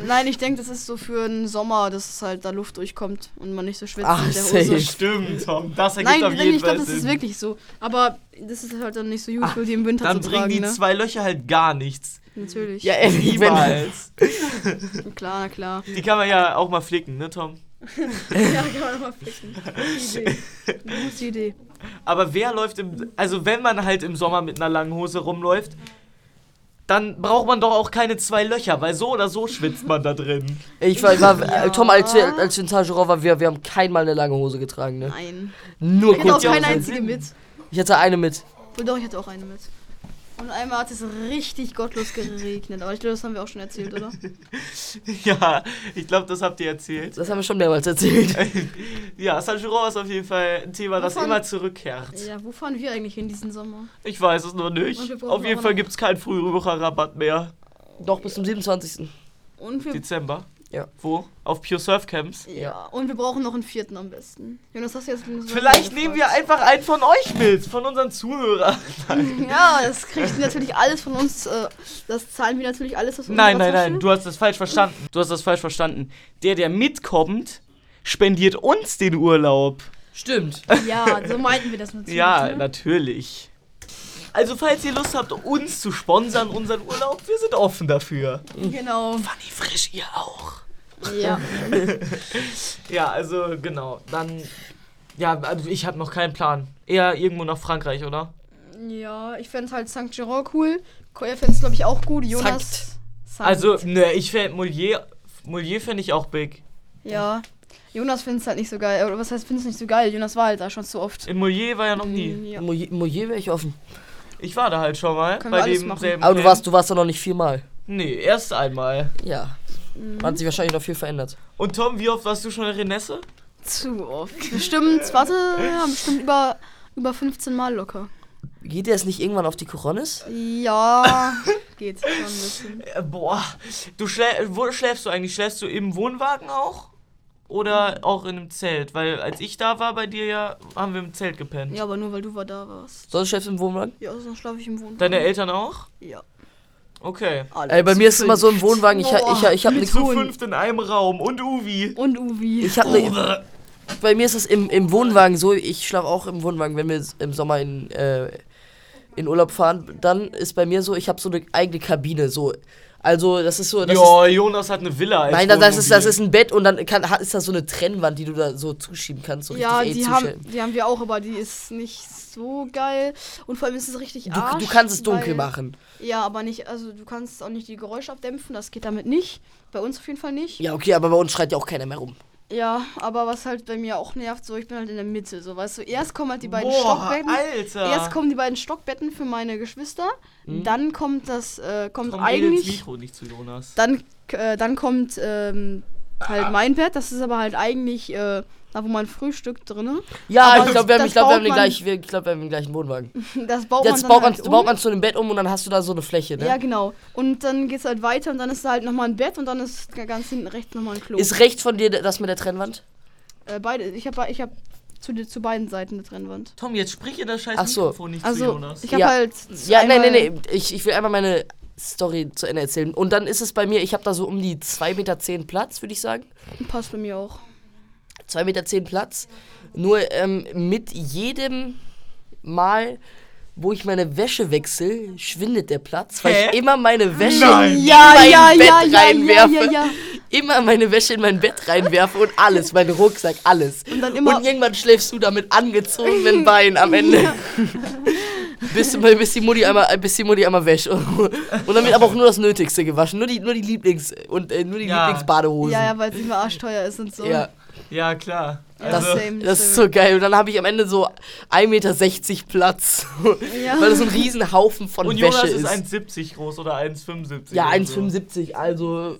Speaker 1: Nein, ich denke, das ist so für den Sommer, dass es halt da Luft durchkommt und man nicht so schwitzt
Speaker 2: Ach,
Speaker 1: mit der
Speaker 2: safe.
Speaker 1: Hose.
Speaker 3: Stimmt, Tom. Das ergibt
Speaker 1: Nein,
Speaker 3: auf
Speaker 1: nein,
Speaker 3: jeden
Speaker 1: ich
Speaker 3: Fall
Speaker 1: glaube, das ist
Speaker 3: Sinn.
Speaker 1: wirklich so. Aber das ist halt dann nicht so
Speaker 3: Ah,
Speaker 1: useful, die im Winter
Speaker 3: Dann
Speaker 1: zu
Speaker 3: bringen
Speaker 1: tragen,
Speaker 3: die
Speaker 1: ne?
Speaker 3: zwei Löcher halt gar nichts.
Speaker 1: Natürlich.
Speaker 2: Ja, ehrlich, Äh, wenn,
Speaker 3: Niemals.
Speaker 1: Klar, na klar.
Speaker 3: Die kann man ja auch mal flicken, ne, Tom?
Speaker 1: ja, kann man nochmal flicken. Idee. Gute Idee.
Speaker 3: Aber wer läuft im. Also, wenn man halt im Sommer mit einer langen Hose rumläuft, dann braucht man doch auch keine zwei Löcher, weil so oder so schwitzt man da drin.
Speaker 2: ich war, war äh, Tom, als wir, als wir in Tascherow waren, wir, wir haben keinmal eine lange Hose getragen, ne?
Speaker 1: Nein. Genau
Speaker 2: Nur
Speaker 1: Ich hatte auch
Speaker 2: kurz.
Speaker 3: ja auch
Speaker 1: keine
Speaker 3: keinen
Speaker 1: einzige
Speaker 3: Sinn.
Speaker 1: mit.
Speaker 2: Ich hatte eine mit.
Speaker 1: Wohl doch, ich hatte auch eine mit. Und einmal hat es richtig gottlos geregnet. Aber ich glaube, das haben wir auch schon erzählt, oder?
Speaker 3: Ja, ich glaube, das habt ihr erzählt.
Speaker 2: Das haben wir schon mehrmals erzählt.
Speaker 3: Ja, Sanjuro ist auf jeden Fall ein Thema, das
Speaker 1: Wovon-
Speaker 3: immer zurückkehrt.
Speaker 1: Ja, wo fahren wir eigentlich hin diesen Sommer?
Speaker 3: Ich weiß es noch
Speaker 1: Und wir
Speaker 3: nicht.
Speaker 1: brauchen
Speaker 3: Auf jeden
Speaker 1: aber
Speaker 3: Fall
Speaker 1: noch-
Speaker 3: gibt es keinen Frühbucherrabatt mehr.
Speaker 2: Doch, bis zum 27.
Speaker 1: Und wir,
Speaker 3: Dezember.
Speaker 2: Ja.
Speaker 3: Wo? Auf Pure Surf Camps.
Speaker 1: ja, und wir brauchen noch einen vierten am besten. Jonas, hast du jetzt einen
Speaker 3: Vielleicht nehmen wir einfach einen von euch mit, von unseren Zuhörern.
Speaker 1: einen. Ja, das kriegt natürlich alles von uns. Äh, das zahlen wir natürlich alles aus
Speaker 3: Nein,
Speaker 1: unserer
Speaker 3: nein,
Speaker 1: Tasche.
Speaker 3: nein, du hast das falsch verstanden. Du hast das falsch verstanden. Der, der mitkommt, spendiert uns den Urlaub.
Speaker 2: Stimmt.
Speaker 1: Ja, so meinten wir das natürlich.
Speaker 3: Ja,
Speaker 1: ne?
Speaker 3: natürlich. Also, falls ihr Lust habt, uns zu sponsern, unseren Urlaub, wir sind offen dafür.
Speaker 1: genau.
Speaker 3: Fanny Frisch, ihr auch.
Speaker 1: Ja.
Speaker 3: Ja, also genau. Dann. Ja, also ich habe noch keinen Plan. Eher irgendwo nach Frankreich, oder?
Speaker 1: ja, ich fände halt St. Gerard cool. Koya fände es, glaube ich, auch gut. Jonas. Sankt.
Speaker 3: Also, ne, ich fände Molière. Molière fände ich auch big.
Speaker 1: Ja. Jonas findet es halt nicht so geil. Oder was heißt, findet es nicht so geil? Jonas war halt da schon zu oft. Mhm,
Speaker 3: In Molière war ja noch nie.
Speaker 1: Ja.
Speaker 2: Moje, Moje wäre ich offen.
Speaker 3: Ich war da halt schon mal.
Speaker 1: Können wir
Speaker 3: bei
Speaker 1: alles
Speaker 3: dem
Speaker 1: machen.
Speaker 3: selben
Speaker 2: Aber du
Speaker 3: Film.
Speaker 2: warst, du warst da noch nicht viermal.
Speaker 3: Nee, erst einmal.
Speaker 2: Ja.
Speaker 1: Mhm.
Speaker 2: Hat sich wahrscheinlich noch viel verändert.
Speaker 3: Und Tom, wie oft warst du schon in Renesse?
Speaker 1: Zu oft. Bestimmt, warte, ja, bestimmt über, über 15 Mal locker.
Speaker 2: Geht der es nicht irgendwann auf die Coronis?
Speaker 1: Ja, geht schon ein bisschen.
Speaker 3: Äh, boah. Du schlä wo schläfst du eigentlich? Schläfst du im Wohnwagen auch? Oder auch in einem Zelt? Weil als ich da war bei dir ja, haben wir im Zelt gepennt.
Speaker 1: Ja, aber nur weil du war da warst.
Speaker 2: Sonst schläfst du im Wohnwagen?
Speaker 1: Ja, sonst schlafe ich im Wohnwagen.
Speaker 3: Deine Eltern auch?
Speaker 1: Ja.
Speaker 3: Okay.
Speaker 1: Alle
Speaker 2: Ey, bei
Speaker 1: zu
Speaker 2: mir ist es immer so
Speaker 1: fünft.
Speaker 2: im Wohnwagen, ich, ha- ich, ha- ich habe eine
Speaker 3: Zu
Speaker 2: Kuh.
Speaker 3: fünft in einem Raum und Uvi.
Speaker 1: Und Uvi.
Speaker 2: Ich hab ne, bei mir ist es im, im Wohnwagen so, ich schlafe auch im Wohnwagen, wenn wir s- im Sommer in, äh, in Urlaub fahren, dann ist bei mir so, ich habe so eine eigene Kabine, so. Also, das ist so, das ist,
Speaker 3: Ja, Jonas hat eine Villa. Als
Speaker 2: nein, das, das ist, das
Speaker 3: Wohnmobil.
Speaker 2: ist ein Bett und dann kann, hat- ist da so eine Trennwand, die du da so zuschieben kannst, so
Speaker 1: ja,
Speaker 2: richtig
Speaker 1: die
Speaker 2: ey,
Speaker 1: haben,
Speaker 2: zustellen.
Speaker 1: die haben wir auch, aber die ist nicht so geil. Und vor allem ist es richtig
Speaker 2: Du,
Speaker 1: Arsch,
Speaker 2: du kannst es dunkel
Speaker 1: weil-
Speaker 2: machen.
Speaker 1: Ja, aber nicht, also du kannst auch nicht die Geräusche abdämpfen, das geht damit nicht. Bei uns auf jeden Fall nicht.
Speaker 2: Ja, okay, aber bei uns schreit ja auch keiner mehr rum.
Speaker 1: Ja, aber was halt bei mir auch nervt, so ich bin halt in der Mitte, so weißt du, erst kommen halt die beiden
Speaker 3: Boah,
Speaker 1: Stockbetten.
Speaker 3: Alter.
Speaker 1: Erst kommen die beiden Stockbetten für meine Geschwister,
Speaker 2: Hm.
Speaker 1: dann kommt das äh, kommt
Speaker 3: Komm, geh ins
Speaker 1: eigentlich
Speaker 3: Mikro nicht zu Jonas.
Speaker 1: dann äh, dann kommt ähm,
Speaker 2: Ah.
Speaker 1: halt mein Bett, das ist aber halt eigentlich äh, da wo man frühstückt drinne.
Speaker 2: Ja,
Speaker 1: Aber
Speaker 2: ich glaube, wir, haben-
Speaker 1: das
Speaker 2: ich glaub, wir, haben
Speaker 1: baut
Speaker 2: den
Speaker 1: man-
Speaker 2: gleich- wir, ich glaub, wir haben den gleichen Wohnwagen.
Speaker 1: Das baut man
Speaker 2: Jetzt
Speaker 1: dann
Speaker 2: baut
Speaker 1: halt
Speaker 2: man es
Speaker 1: um.
Speaker 2: zu einem Bett um und dann hast du da so eine Fläche, ne?
Speaker 1: Ja, genau. Und dann geht's halt weiter und dann ist da halt nochmal ein Bett und dann ist ganz hinten rechts nochmal ein Klo.
Speaker 2: Ist rechts von dir das mit der Trennwand?
Speaker 1: äh, beide ich habe ich habe zu, den- zu beiden Seiten eine Trennwand.
Speaker 3: Tom, jetzt sprich in das scheiß
Speaker 2: Ach so.
Speaker 3: Mikrofon nicht zu
Speaker 1: Also,
Speaker 3: Jonas.
Speaker 1: ich habe
Speaker 2: Ja.
Speaker 1: halt
Speaker 2: Ja, nein,
Speaker 1: einmal-
Speaker 2: nein, nein. Ich, ich will einmal meine Story zu Ende erzählen. Und dann ist es bei mir, ich habe da so um die 2,10 Meter Platz, würde ich sagen.
Speaker 1: passt bei mir auch.
Speaker 2: 2,10 Meter Platz. Nur ähm, mit jedem Mal, wo ich meine Wäsche wechsle, schwindet der Platz, weil
Speaker 3: Hä?
Speaker 2: ich immer meine Wäsche
Speaker 3: Nein.
Speaker 2: in
Speaker 1: Ja,
Speaker 2: mein
Speaker 1: ja,
Speaker 2: Bett
Speaker 1: ja, ja,
Speaker 2: reinwerfe.
Speaker 1: ja, ja, ja.
Speaker 2: Immer meine Wäsche in mein Bett reinwerfe und alles, meinen Rucksack, alles. Und
Speaker 1: dann immer-
Speaker 2: Und irgendwann schläfst du da mit angezogenen Beinen am Ende. bis, bis, die Mutti einmal, bis die Mutti einmal wäscht. Und dann wird aber auch nur das Nötigste gewaschen. Nur die, nur die Lieblings- und äh, nur die
Speaker 3: Ja.
Speaker 2: Lieblingsbadehosen.
Speaker 1: Ja, ja, weil es immer arschteuer ist und so.
Speaker 2: Ja,
Speaker 3: Ja, klar.
Speaker 2: das,
Speaker 3: Also,
Speaker 1: same,
Speaker 2: das ist
Speaker 1: same.
Speaker 2: so geil. Und dann habe ich am Ende so 1,60 Meter Platz.
Speaker 1: Ja.
Speaker 2: Weil das so ein Riesenhaufen von
Speaker 3: und Jonas
Speaker 2: Wäsche
Speaker 3: ist
Speaker 2: ist.
Speaker 3: 1,70 groß oder 1,75.
Speaker 2: ja,
Speaker 3: oder
Speaker 2: 1,75. Also,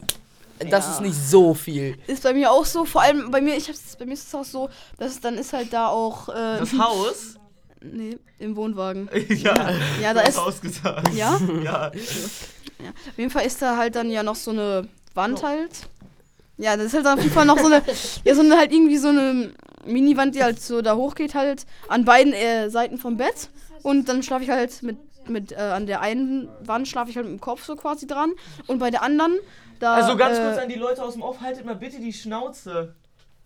Speaker 2: das
Speaker 1: Ja.
Speaker 2: ist nicht so viel.
Speaker 1: Ist bei mir auch so, vor allem bei mir, ich hab's, bei mir ist es auch so, dass es dann ist halt da auch, äh,
Speaker 3: So. Das Haus?
Speaker 1: nee, im Wohnwagen.
Speaker 3: ja,
Speaker 1: Ja, da
Speaker 3: du
Speaker 1: ist,
Speaker 3: hast ausgesagt.
Speaker 1: ja,
Speaker 3: Ja.
Speaker 1: auf jeden Fall ist da halt dann ja noch so eine Wand halt. Ja, das ist halt auf jeden Fall noch so eine, ja, so eine halt irgendwie so eine Miniwand, die halt so da hochgeht halt, an beiden äh, Seiten vom Bett. Und dann schlafe ich halt mit, mit, äh, an der einen Wand schlafe ich halt mit dem Kopf so quasi dran. Und bei der anderen, da,
Speaker 3: Also ganz
Speaker 1: äh,
Speaker 3: kurz an die Leute aus dem Off, haltet mal bitte die Schnauze.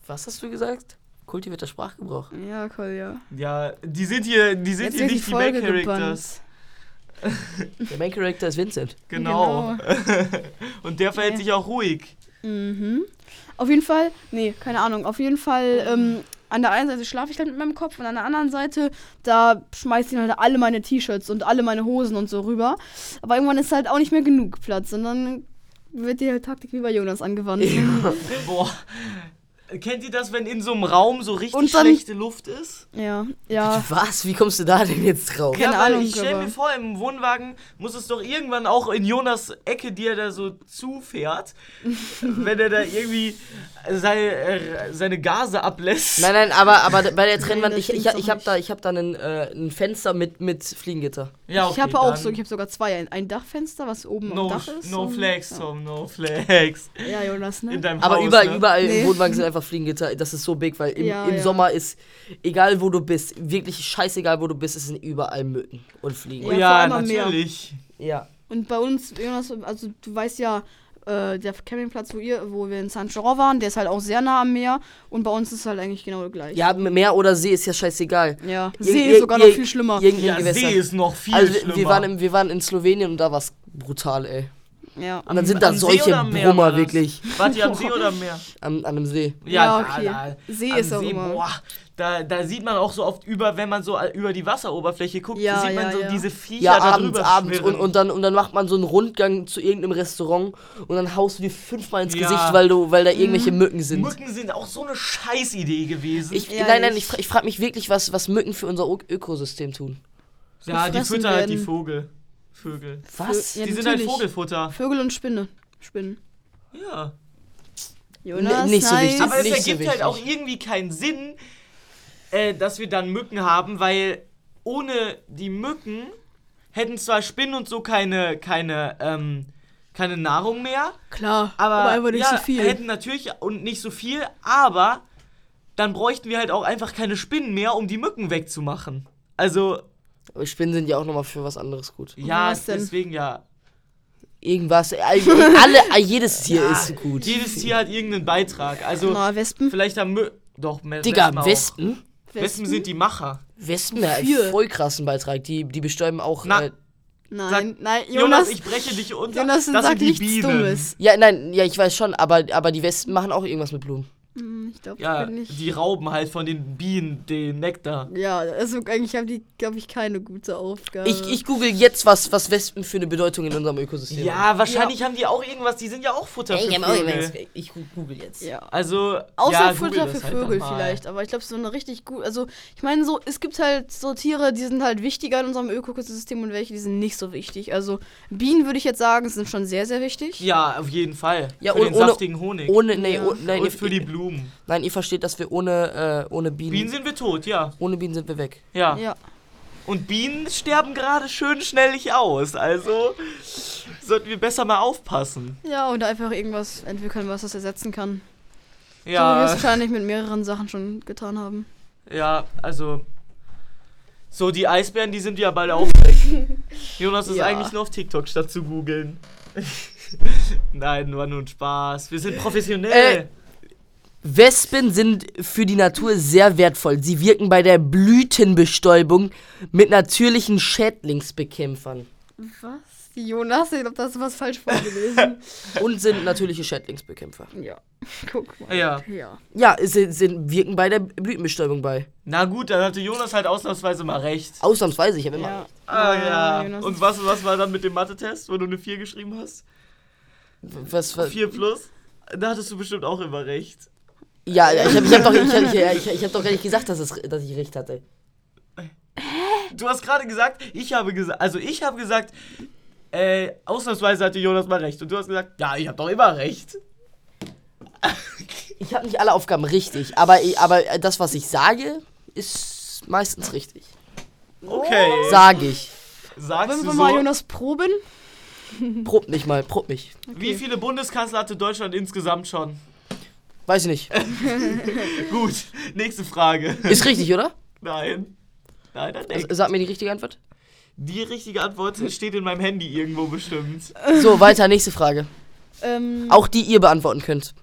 Speaker 2: Was hast du gesagt? Kultivierter Sprachgebrauch.
Speaker 1: Ja, Kolja.
Speaker 3: Ja, die sind hier, die sind hier nicht die, Main Characters.
Speaker 2: Der Main Character ist Vincent.
Speaker 3: Genau. Und der verhält
Speaker 1: Nee.
Speaker 3: sich auch ruhig.
Speaker 1: Mhm. Auf jeden Fall, nee, keine Ahnung. Auf jeden Fall, ähm, an der einen Seite schlafe ich halt mit meinem Kopf und an der anderen Seite, da schmeißt ihn halt alle meine T-Shirts und alle meine Hosen und so rüber. Aber irgendwann ist halt auch nicht mehr genug Platz und dann wird die Taktik wie bei Jonas angewandt.
Speaker 3: Boah. Kennt ihr das, wenn in so einem Raum so richtig
Speaker 1: Und dann-
Speaker 3: schlechte Luft ist?
Speaker 1: Ja, ja.
Speaker 2: Was? Wie kommst du da denn jetzt drauf?
Speaker 1: Keine
Speaker 3: ja, weil
Speaker 1: Ahnung,
Speaker 3: ich stell
Speaker 1: aber-
Speaker 3: mir vor, im Wohnwagen muss es doch irgendwann auch in Jonas Ecke, die er da so zufährt, wenn er da irgendwie seine, äh, seine Gase ablässt.
Speaker 2: Nein, nein, aber, aber bei der Trennwand,
Speaker 1: das
Speaker 2: ich, ich,
Speaker 1: stimmt
Speaker 2: ich
Speaker 1: doch
Speaker 2: habe da, ich hab da ein, äh, ein Fenster mit, mit Fliegengitter.
Speaker 3: Ja,
Speaker 1: ich
Speaker 3: okay,
Speaker 1: habe auch
Speaker 3: dann
Speaker 1: so, ich habe sogar zwei. Ein, ein Dachfenster, was oben
Speaker 3: No,
Speaker 1: am Dach ist.
Speaker 3: no
Speaker 1: und-
Speaker 3: flex, Tom, no flex.
Speaker 1: Ja, Jonas, ne?
Speaker 3: In deinem
Speaker 2: Aber
Speaker 3: Haus,
Speaker 2: überall,
Speaker 3: ne?
Speaker 2: überall
Speaker 1: Nee.
Speaker 2: im Wohnwagen sind einfach Fliegengitter. Das ist so big, weil im,
Speaker 1: Ja,
Speaker 2: im
Speaker 1: ja.
Speaker 2: Sommer ist, egal wo du bist, wirklich scheißegal wo du bist, es sind überall Mücken und Fliegen.
Speaker 1: Ja, vor
Speaker 3: Ja,
Speaker 1: allem am Meer.
Speaker 3: natürlich.
Speaker 2: Ja.
Speaker 1: Und bei uns, Jonas, also du weißt ja, äh, der Campingplatz, wo, ihr, wo wir in San Giro waren, der ist halt auch sehr nah am Meer. Und bei uns ist halt eigentlich genau gleich.
Speaker 2: Ja, Meer oder See ist ja scheißegal.
Speaker 1: Ja.
Speaker 2: Ir-
Speaker 1: See
Speaker 2: ir-
Speaker 1: ist sogar noch
Speaker 2: ir-
Speaker 1: viel schlimmer.
Speaker 2: Irgendein
Speaker 3: Ja,
Speaker 2: Gewässer.
Speaker 3: See ist noch viel
Speaker 2: also, wir-
Speaker 3: schlimmer.
Speaker 2: wir waren, im, wir waren in Slowenien und da war es brutal, ey.
Speaker 1: Ja.
Speaker 2: Und dann sind da
Speaker 3: Am See
Speaker 2: solche
Speaker 3: oder am Meer war
Speaker 2: Brummer,
Speaker 3: das?
Speaker 2: wirklich.
Speaker 3: Wart ihr am See oder am Meer?
Speaker 2: An, an einem See.
Speaker 1: Ja,
Speaker 3: da-
Speaker 1: okay.
Speaker 3: da-
Speaker 1: See
Speaker 3: am
Speaker 1: ist auch immer.
Speaker 3: Boah, da, da sieht man auch so oft über, wenn man so äh, über die Wasseroberfläche guckt,
Speaker 1: Ja,
Speaker 3: sieht man
Speaker 1: ja,
Speaker 3: so
Speaker 1: ja.
Speaker 3: diese Viecher
Speaker 2: Ja,
Speaker 3: da
Speaker 2: abends,
Speaker 3: drüber
Speaker 2: abends. Und,
Speaker 3: schwirren.
Speaker 2: und, dann, und dann macht man so einen Rundgang zu irgendeinem Restaurant und dann haust du dir fünfmal ins
Speaker 3: Ja.
Speaker 2: Gesicht, weil, du, weil da irgendwelche Mücken sind.
Speaker 3: Mücken sind auch so eine Scheißidee gewesen.
Speaker 2: Ich,
Speaker 1: Ehrlich.
Speaker 2: nein, nein, ich, fra- ich frage mich wirklich, was, was Mücken für unser Ö- Ökosystem tun.
Speaker 3: ja, die
Speaker 1: gefressen
Speaker 3: füttern halt die
Speaker 1: werden.
Speaker 3: Vogel. Vögel.
Speaker 2: Was?
Speaker 1: Ja,
Speaker 3: die sind halt
Speaker 1: natürlich.
Speaker 3: Vogelfutter.
Speaker 1: Vögel und Spinne. Spinnen.
Speaker 3: Ja.
Speaker 1: Jonas,
Speaker 2: nicht so
Speaker 1: nein.
Speaker 2: wichtig.
Speaker 3: Aber es
Speaker 2: nicht so
Speaker 3: ergibt halt
Speaker 2: wichtig.
Speaker 3: auch irgendwie keinen Sinn, äh, dass wir dann Mücken haben, weil ohne die Mücken hätten zwar Spinnen und so keine, keine, ähm, keine Nahrung mehr,
Speaker 1: Klar,
Speaker 3: aber,
Speaker 1: aber, einfach nicht
Speaker 3: ja,
Speaker 1: so viel.
Speaker 3: hätten natürlich und nicht so viel, aber dann bräuchten wir halt auch einfach keine Spinnen mehr, um die Mücken wegzumachen. Also,
Speaker 2: Aber Spinnen sind ja auch nochmal für was anderes gut.
Speaker 3: ja,
Speaker 1: was denn?
Speaker 3: deswegen ja.
Speaker 2: Irgendwas, äh, alle, äh, jedes Tier
Speaker 3: Ja,
Speaker 2: ist gut.
Speaker 3: Jedes Tier hat irgendeinen Beitrag. Also,
Speaker 1: Na, Wespen.
Speaker 3: vielleicht haben Mücken. Doch, Me-
Speaker 2: Digga,
Speaker 3: auch.
Speaker 2: Wespen?
Speaker 3: Wespen sind die Macher.
Speaker 2: Wespen, ja,
Speaker 1: Vier.
Speaker 2: voll krassen Beitrag. Die, die bestäuben auch.
Speaker 3: Na-
Speaker 2: äh,
Speaker 1: Nein, nein,
Speaker 3: Jonas,
Speaker 1: Jonas.
Speaker 3: ich breche dich unter.
Speaker 1: Jonas, sag
Speaker 3: das sind die
Speaker 1: nichts
Speaker 3: Bienen.
Speaker 1: Dummes.
Speaker 2: ja, nein, ja, ich weiß schon, aber, aber die Wespen machen auch irgendwas mit Blumen.
Speaker 1: Hm, Ich glaube,
Speaker 3: Ja,
Speaker 1: ich bin nicht.
Speaker 3: die rauben halt von den Bienen den Nektar.
Speaker 1: Ja, also eigentlich haben die, glaube ich, keine gute Aufgabe.
Speaker 3: Äh.
Speaker 2: Ich, ich google jetzt, was, was Wespen für eine Bedeutung in unserem Ökosystem haben.
Speaker 3: Ja, wahrscheinlich haben die auch irgendwas, die sind ja auch Futter
Speaker 2: Ey,
Speaker 3: für
Speaker 2: ich hab auch
Speaker 3: Vögel.
Speaker 2: gemerkt, Ich google jetzt.
Speaker 1: Ja.
Speaker 3: Also,
Speaker 1: Außer
Speaker 3: ja, google
Speaker 1: Futter für
Speaker 3: das halt
Speaker 1: Vögel
Speaker 3: doch mal.
Speaker 1: vielleicht, aber ich glaube, so eine richtig gut. Also, ich meine, so, es gibt halt so Tiere, die sind halt wichtiger in unserem Ökosystem und welche, die sind nicht so wichtig. Also, Bienen würde ich jetzt sagen, sind schon sehr, sehr wichtig.
Speaker 3: Ja, auf jeden Fall.
Speaker 2: Ja,
Speaker 3: für
Speaker 2: und
Speaker 3: den
Speaker 2: ohne-
Speaker 3: saftigen Honig.
Speaker 2: Ohne, nee,
Speaker 1: Ja.
Speaker 2: oh, nein,
Speaker 3: und
Speaker 2: ihr,
Speaker 3: für die Blumen.
Speaker 2: nein, ihr versteht, dass wir ohne, äh, ohne Bienen,
Speaker 3: Bienen sind wir tot, ja.
Speaker 2: ohne Bienen sind wir weg.
Speaker 3: Ja.
Speaker 1: Ja.
Speaker 3: Und Bienen sterben gerade schön schnellig aus. Also sollten wir besser mal aufpassen.
Speaker 1: Ja, und einfach irgendwas entwickeln, was das ersetzen kann. So wie wir
Speaker 3: Ja,
Speaker 1: es wahrscheinlich mit mehreren Sachen schon getan haben.
Speaker 3: ja, also. So, die Eisbären, die sind ja bald auch weg. Jonas ist
Speaker 1: Ja.
Speaker 3: eigentlich nur auf TikTok statt zu googeln. Nein, war nur ein Spaß. Wir sind
Speaker 1: Äh.
Speaker 3: professionell.
Speaker 2: Wespen sind für die Natur sehr wertvoll. Sie wirken bei der Blütenbestäubung mit natürlichen Schädlingsbekämpfern.
Speaker 1: Was? Die Jonas, ich glaube, das ist was falsch vorgelesen.
Speaker 2: Und sind natürliche Schädlingsbekämpfer.
Speaker 1: ja. Guck mal.
Speaker 3: Ja.
Speaker 1: Ja.
Speaker 2: Ja, sind, sind, wirken bei der Blütenbestäubung bei.
Speaker 3: Na gut, dann hatte Jonas halt ausnahmsweise mal recht.
Speaker 2: Ausnahmsweise, ich habe immer.
Speaker 1: ja. Ja,
Speaker 3: Ah ja.
Speaker 1: Jonas
Speaker 3: Und
Speaker 1: ist-
Speaker 3: was, was war dann mit dem Mathe-Test, wo du eine 4 geschrieben hast?
Speaker 2: Was, was,
Speaker 3: 4 plus? Da hattest du bestimmt auch immer recht.
Speaker 2: ja, ich habe ich hab doch, ich hab, ich, ich, ich hab doch ehrlich gesagt, dass, es, dass ich recht hatte.
Speaker 3: Du hast gerade gesagt, ich habe gesagt, also ich habe gesagt, äh, ausnahmsweise hatte Jonas mal recht. Und du hast gesagt, ja, ich habe doch immer recht.
Speaker 2: Ich habe nicht alle Aufgaben richtig, aber, ich- aber das, was ich sage, ist meistens richtig.
Speaker 3: Okay.
Speaker 2: Sage ich.
Speaker 3: Sagst
Speaker 1: Oh. Wollen
Speaker 3: du
Speaker 1: wir mal
Speaker 3: so,
Speaker 1: Jonas proben?
Speaker 2: Prob mich mal, prob mich.
Speaker 3: wie viele Bundeskanzler hatte Deutschland insgesamt schon?
Speaker 2: Weiß ich nicht.
Speaker 3: Gut, nächste Frage.
Speaker 2: Ist richtig, oder?
Speaker 3: Nein. Nein, nein, nein.
Speaker 2: Also, sag mir die richtige Antwort.
Speaker 3: Die richtige Antwort steht in meinem Handy irgendwo bestimmt.
Speaker 2: So, weiter, nächste Frage.
Speaker 1: Ähm,
Speaker 2: Auch die ihr beantworten könnt.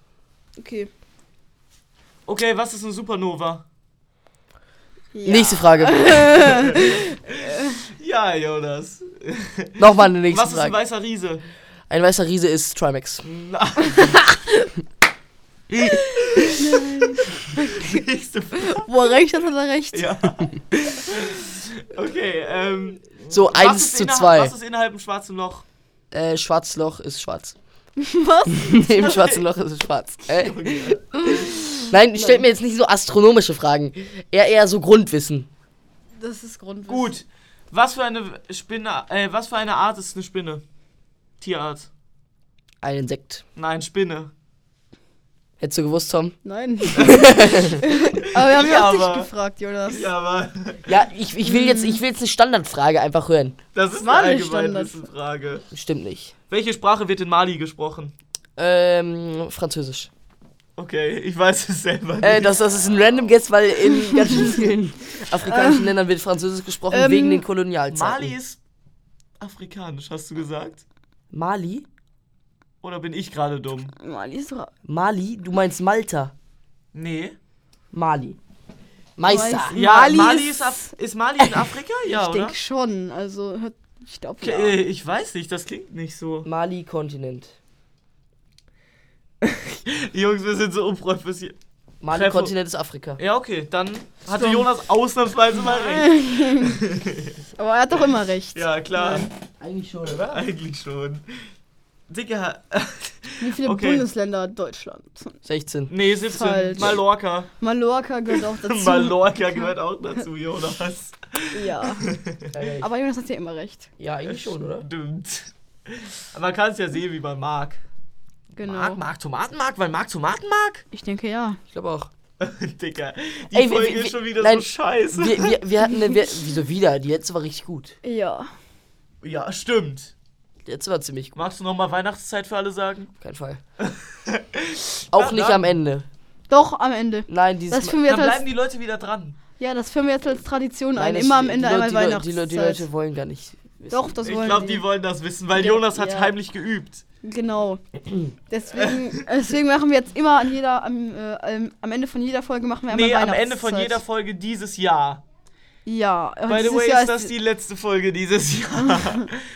Speaker 1: okay.
Speaker 3: Okay, was ist eine Supernova?
Speaker 1: Ja.
Speaker 2: Nächste Frage.
Speaker 3: Ja, Jonas.
Speaker 2: Nochmal eine nächste
Speaker 3: was ist Mhm. ein
Speaker 2: Frage.
Speaker 3: weißer Riese?
Speaker 2: Ein weißer Riese ist Trimax.
Speaker 3: Na. Nächste Frage.
Speaker 1: Wo er recht hat, hat er recht.
Speaker 3: Ja. Okay, ähm.
Speaker 2: So,
Speaker 3: was
Speaker 2: 1
Speaker 3: ist
Speaker 2: zu
Speaker 3: innerhalb-
Speaker 2: 2.
Speaker 3: Was ist innerhalb dem schwarzen Loch?
Speaker 2: Äh, Schwarzloch ist schwarz.
Speaker 1: Was?
Speaker 2: Im schwarzen Loch ist es schwarz. Äh. Nein, stellt mir jetzt nicht so astronomische Fragen. Eher, eher so Grundwissen.
Speaker 1: Das ist Grundwissen.
Speaker 3: Gut. Was für eine Spinne, äh, was für eine Art ist eine Spinne? Tierart.
Speaker 2: Ein Insekt.
Speaker 3: Nein, Spinne.
Speaker 2: Hättest du gewusst, Tom?
Speaker 1: Nein. aber wir haben
Speaker 3: Ich
Speaker 1: ja auch dich
Speaker 3: aber.
Speaker 1: gefragt, Jonas.
Speaker 3: Ja, aber
Speaker 2: Ja, ich, ich will jetzt, ich will jetzt eine Standardfrage einfach hören.
Speaker 3: das ist
Speaker 1: war
Speaker 3: eine
Speaker 1: nicht Standard.
Speaker 3: Allgemeinwissenfrage.
Speaker 2: Stimmt nicht.
Speaker 3: Welche Sprache wird in Mali gesprochen?
Speaker 2: Ähm, Französisch.
Speaker 3: Okay, ich weiß es selber nicht.
Speaker 2: Äh, das, das ist ein random Guess, weil in ganz schön vielen afrikanischen Ländern wird Französisch gesprochen
Speaker 1: Ähm,
Speaker 2: wegen den Kolonialzeiten.
Speaker 3: Mali ist afrikanisch, hast du gesagt?
Speaker 2: Mali?
Speaker 3: Oder bin ich gerade dumm?
Speaker 1: Mali ist doch.
Speaker 2: Mali? Du meinst Malta?
Speaker 3: Nee.
Speaker 2: Mali. Meister.
Speaker 1: Meister.
Speaker 3: Ja,
Speaker 1: Mali
Speaker 3: Mali,
Speaker 1: ist-
Speaker 3: ist, Af ist Mali in Afrika? Ja,
Speaker 1: ich
Speaker 3: oder?
Speaker 1: denke schon. Also, hört- ich glaube, ja.
Speaker 3: Okay, äh, ich weiß nicht, das klingt nicht so.
Speaker 2: Mali-Kontinent.
Speaker 3: Jungs, wir sind so unprofessionell. Treffer.
Speaker 2: Mali-Kontinent ist Afrika.
Speaker 3: Ja, okay, dann hatte
Speaker 1: Stimmt.
Speaker 3: Jonas ausnahmsweise mal recht.
Speaker 1: Aber er hat doch immer recht.
Speaker 3: Ja, klar.
Speaker 2: Eigentlich schon,
Speaker 3: Oder? Eigentlich schon. Digga.
Speaker 1: Wie viele
Speaker 3: Okay.
Speaker 1: Bundesländer hat Deutschland?
Speaker 2: 16.
Speaker 3: Nee, 17.
Speaker 1: Falsch.
Speaker 3: Mallorca.
Speaker 1: Mallorca gehört auch dazu.
Speaker 3: Mallorca gehört auch dazu, Jonas.
Speaker 1: Ja. Aber Jonas hat ja immer recht.
Speaker 2: Ja, eigentlich schon, oder?
Speaker 3: Stimmt. Aber man kann es ja sehen, wie man mag.
Speaker 1: Genau.
Speaker 3: Mag, mag, Tomaten mag, weil mag, Tomaten mag?
Speaker 1: Ich denke ja.
Speaker 2: Ich glaube auch.
Speaker 3: Digga, die
Speaker 2: Ey, wir-
Speaker 3: Folge
Speaker 2: wir-
Speaker 3: ist schon wieder
Speaker 2: nein.
Speaker 3: so scheiße.
Speaker 2: Wir, wir, wir hatten eine. Wir, wieso wieder? Die letzte war richtig gut.
Speaker 1: Ja.
Speaker 3: ja, stimmt.
Speaker 2: Die letzte war ziemlich gut.
Speaker 3: Magst du nochmal Weihnachtszeit für alle sagen?
Speaker 2: Auf keinen Fall. Auch nicht am Ende.
Speaker 1: Doch, am Ende.
Speaker 2: Nein, dieses
Speaker 1: Das führen wir
Speaker 3: Dann
Speaker 1: jetzt
Speaker 3: bleiben
Speaker 1: als,
Speaker 3: die Leute wieder dran.
Speaker 1: ja, das führen wir jetzt als Tradition
Speaker 2: Nein,
Speaker 1: ein.
Speaker 2: das-
Speaker 1: Immer am Ende
Speaker 2: die Leute-
Speaker 1: einmal
Speaker 2: die Leute-
Speaker 1: Weihnachtszeit.
Speaker 2: Die, Leute- die Leute wollen gar nicht. wissen.
Speaker 1: Doch, das
Speaker 3: ich
Speaker 1: wollen
Speaker 3: glaube,
Speaker 1: die.
Speaker 3: die wollen das wissen, weil
Speaker 1: Ja,
Speaker 3: Jonas hat
Speaker 1: ja.
Speaker 3: heimlich geübt.
Speaker 1: Genau. Deswegen, äh, deswegen machen wir jetzt immer an jeder, am, äh, am- am Ende von jeder Folge machen wir einmal
Speaker 3: Nee, am
Speaker 1: Weihnachtszeit.
Speaker 3: Ende von jeder Folge dieses Jahr.
Speaker 1: Ja.
Speaker 3: By the
Speaker 1: dieses
Speaker 3: way,
Speaker 1: Jahr
Speaker 3: ist das die letzte Folge dieses Jahr.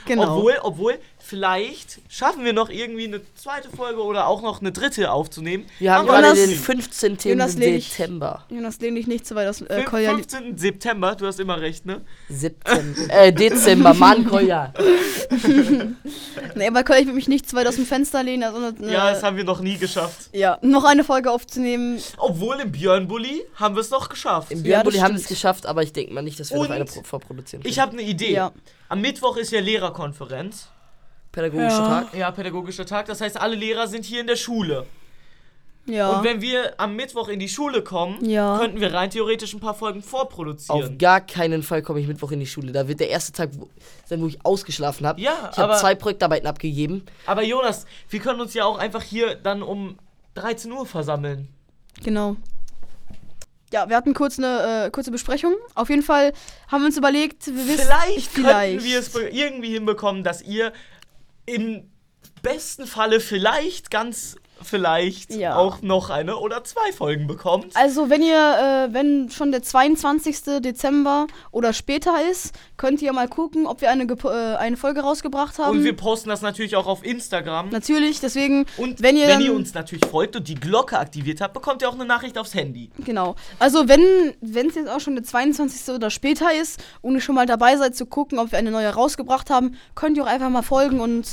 Speaker 1: Genau.
Speaker 3: Obwohl, obwohl, vielleicht schaffen wir noch irgendwie eine zweite Folge oder auch noch eine dritte aufzunehmen.
Speaker 2: Wir haben
Speaker 3: Machen
Speaker 2: gerade
Speaker 1: Jonas-
Speaker 2: den 15.
Speaker 1: Jonas Lelich.
Speaker 2: Dezember.
Speaker 1: Jonas, lehn dich nicht zu weit aus. Äh,
Speaker 3: Fün-
Speaker 1: Kolja,
Speaker 3: 15. September, du hast immer recht, ne?
Speaker 2: 17. äh, Dezember, Mann, Kolja.
Speaker 1: nee, aber Kolja, ich will mich nicht zu weit aus dem Fenster lehnen. Also, äh,
Speaker 3: Ja, das haben wir noch nie geschafft.
Speaker 1: ja, noch eine Folge aufzunehmen.
Speaker 3: Obwohl im Björnbully haben wir es noch geschafft.
Speaker 1: Ja,
Speaker 2: Im
Speaker 1: das
Speaker 2: Björnbulli haben wir es
Speaker 1: stimmt.
Speaker 2: geschafft, aber ich denke mal nicht, dass wir noch
Speaker 3: Und
Speaker 2: eine pro vorproduzieren können.
Speaker 3: Ich habe eine Idee.
Speaker 1: Ja.
Speaker 3: Am Mittwoch ist ja Lehrerkonferenz.
Speaker 2: Pädagogischer
Speaker 1: Ja.
Speaker 2: Tag.
Speaker 3: Ja, pädagogischer Tag. Das heißt, alle Lehrer sind hier in der Schule.
Speaker 1: Ja.
Speaker 3: Und wenn wir am Mittwoch in die Schule kommen,
Speaker 1: Ja.
Speaker 3: könnten wir rein theoretisch ein paar Folgen
Speaker 2: Auf
Speaker 3: vorproduzieren.
Speaker 2: gar keinen Fall komme ich Mittwoch in die Schule. Da wird der erste Tag wo- sein, wo ich ausgeschlafen habe.
Speaker 3: Ja,
Speaker 2: ich habe
Speaker 3: aber-
Speaker 2: zwei Projektarbeiten abgegeben.
Speaker 3: Aber Jonas, wir können uns ja auch einfach hier dann um 13 Uhr versammeln.
Speaker 1: Genau. Ja, wir hatten kurz eine äh, kurze Besprechung. Auf jeden Fall haben wir uns überlegt, wir wissen
Speaker 3: Vielleicht,
Speaker 1: vielleicht.
Speaker 3: könnten wir es be- irgendwie hinbekommen, dass ihr im besten Falle vielleicht, ganz vielleicht
Speaker 1: Ja.
Speaker 3: auch noch eine oder zwei Folgen bekommt.
Speaker 1: also, wenn ihr, äh, wenn schon der 22. Dezember oder später ist, könnt ihr mal gucken, ob wir eine, gepo- äh, eine Folge rausgebracht haben.
Speaker 3: Und wir posten das natürlich auch auf Instagram.
Speaker 1: Natürlich, deswegen,
Speaker 3: Und
Speaker 1: wenn ihr, dann,
Speaker 3: uns natürlich folgt und die Glocke aktiviert habt, bekommt ihr auch eine Nachricht aufs Handy.
Speaker 1: Genau. Also, wenn es jetzt auch schon der 22. oder später ist und ihr schon mal dabei seid zu gucken, ob wir eine neue rausgebracht haben, könnt ihr auch einfach mal folgen und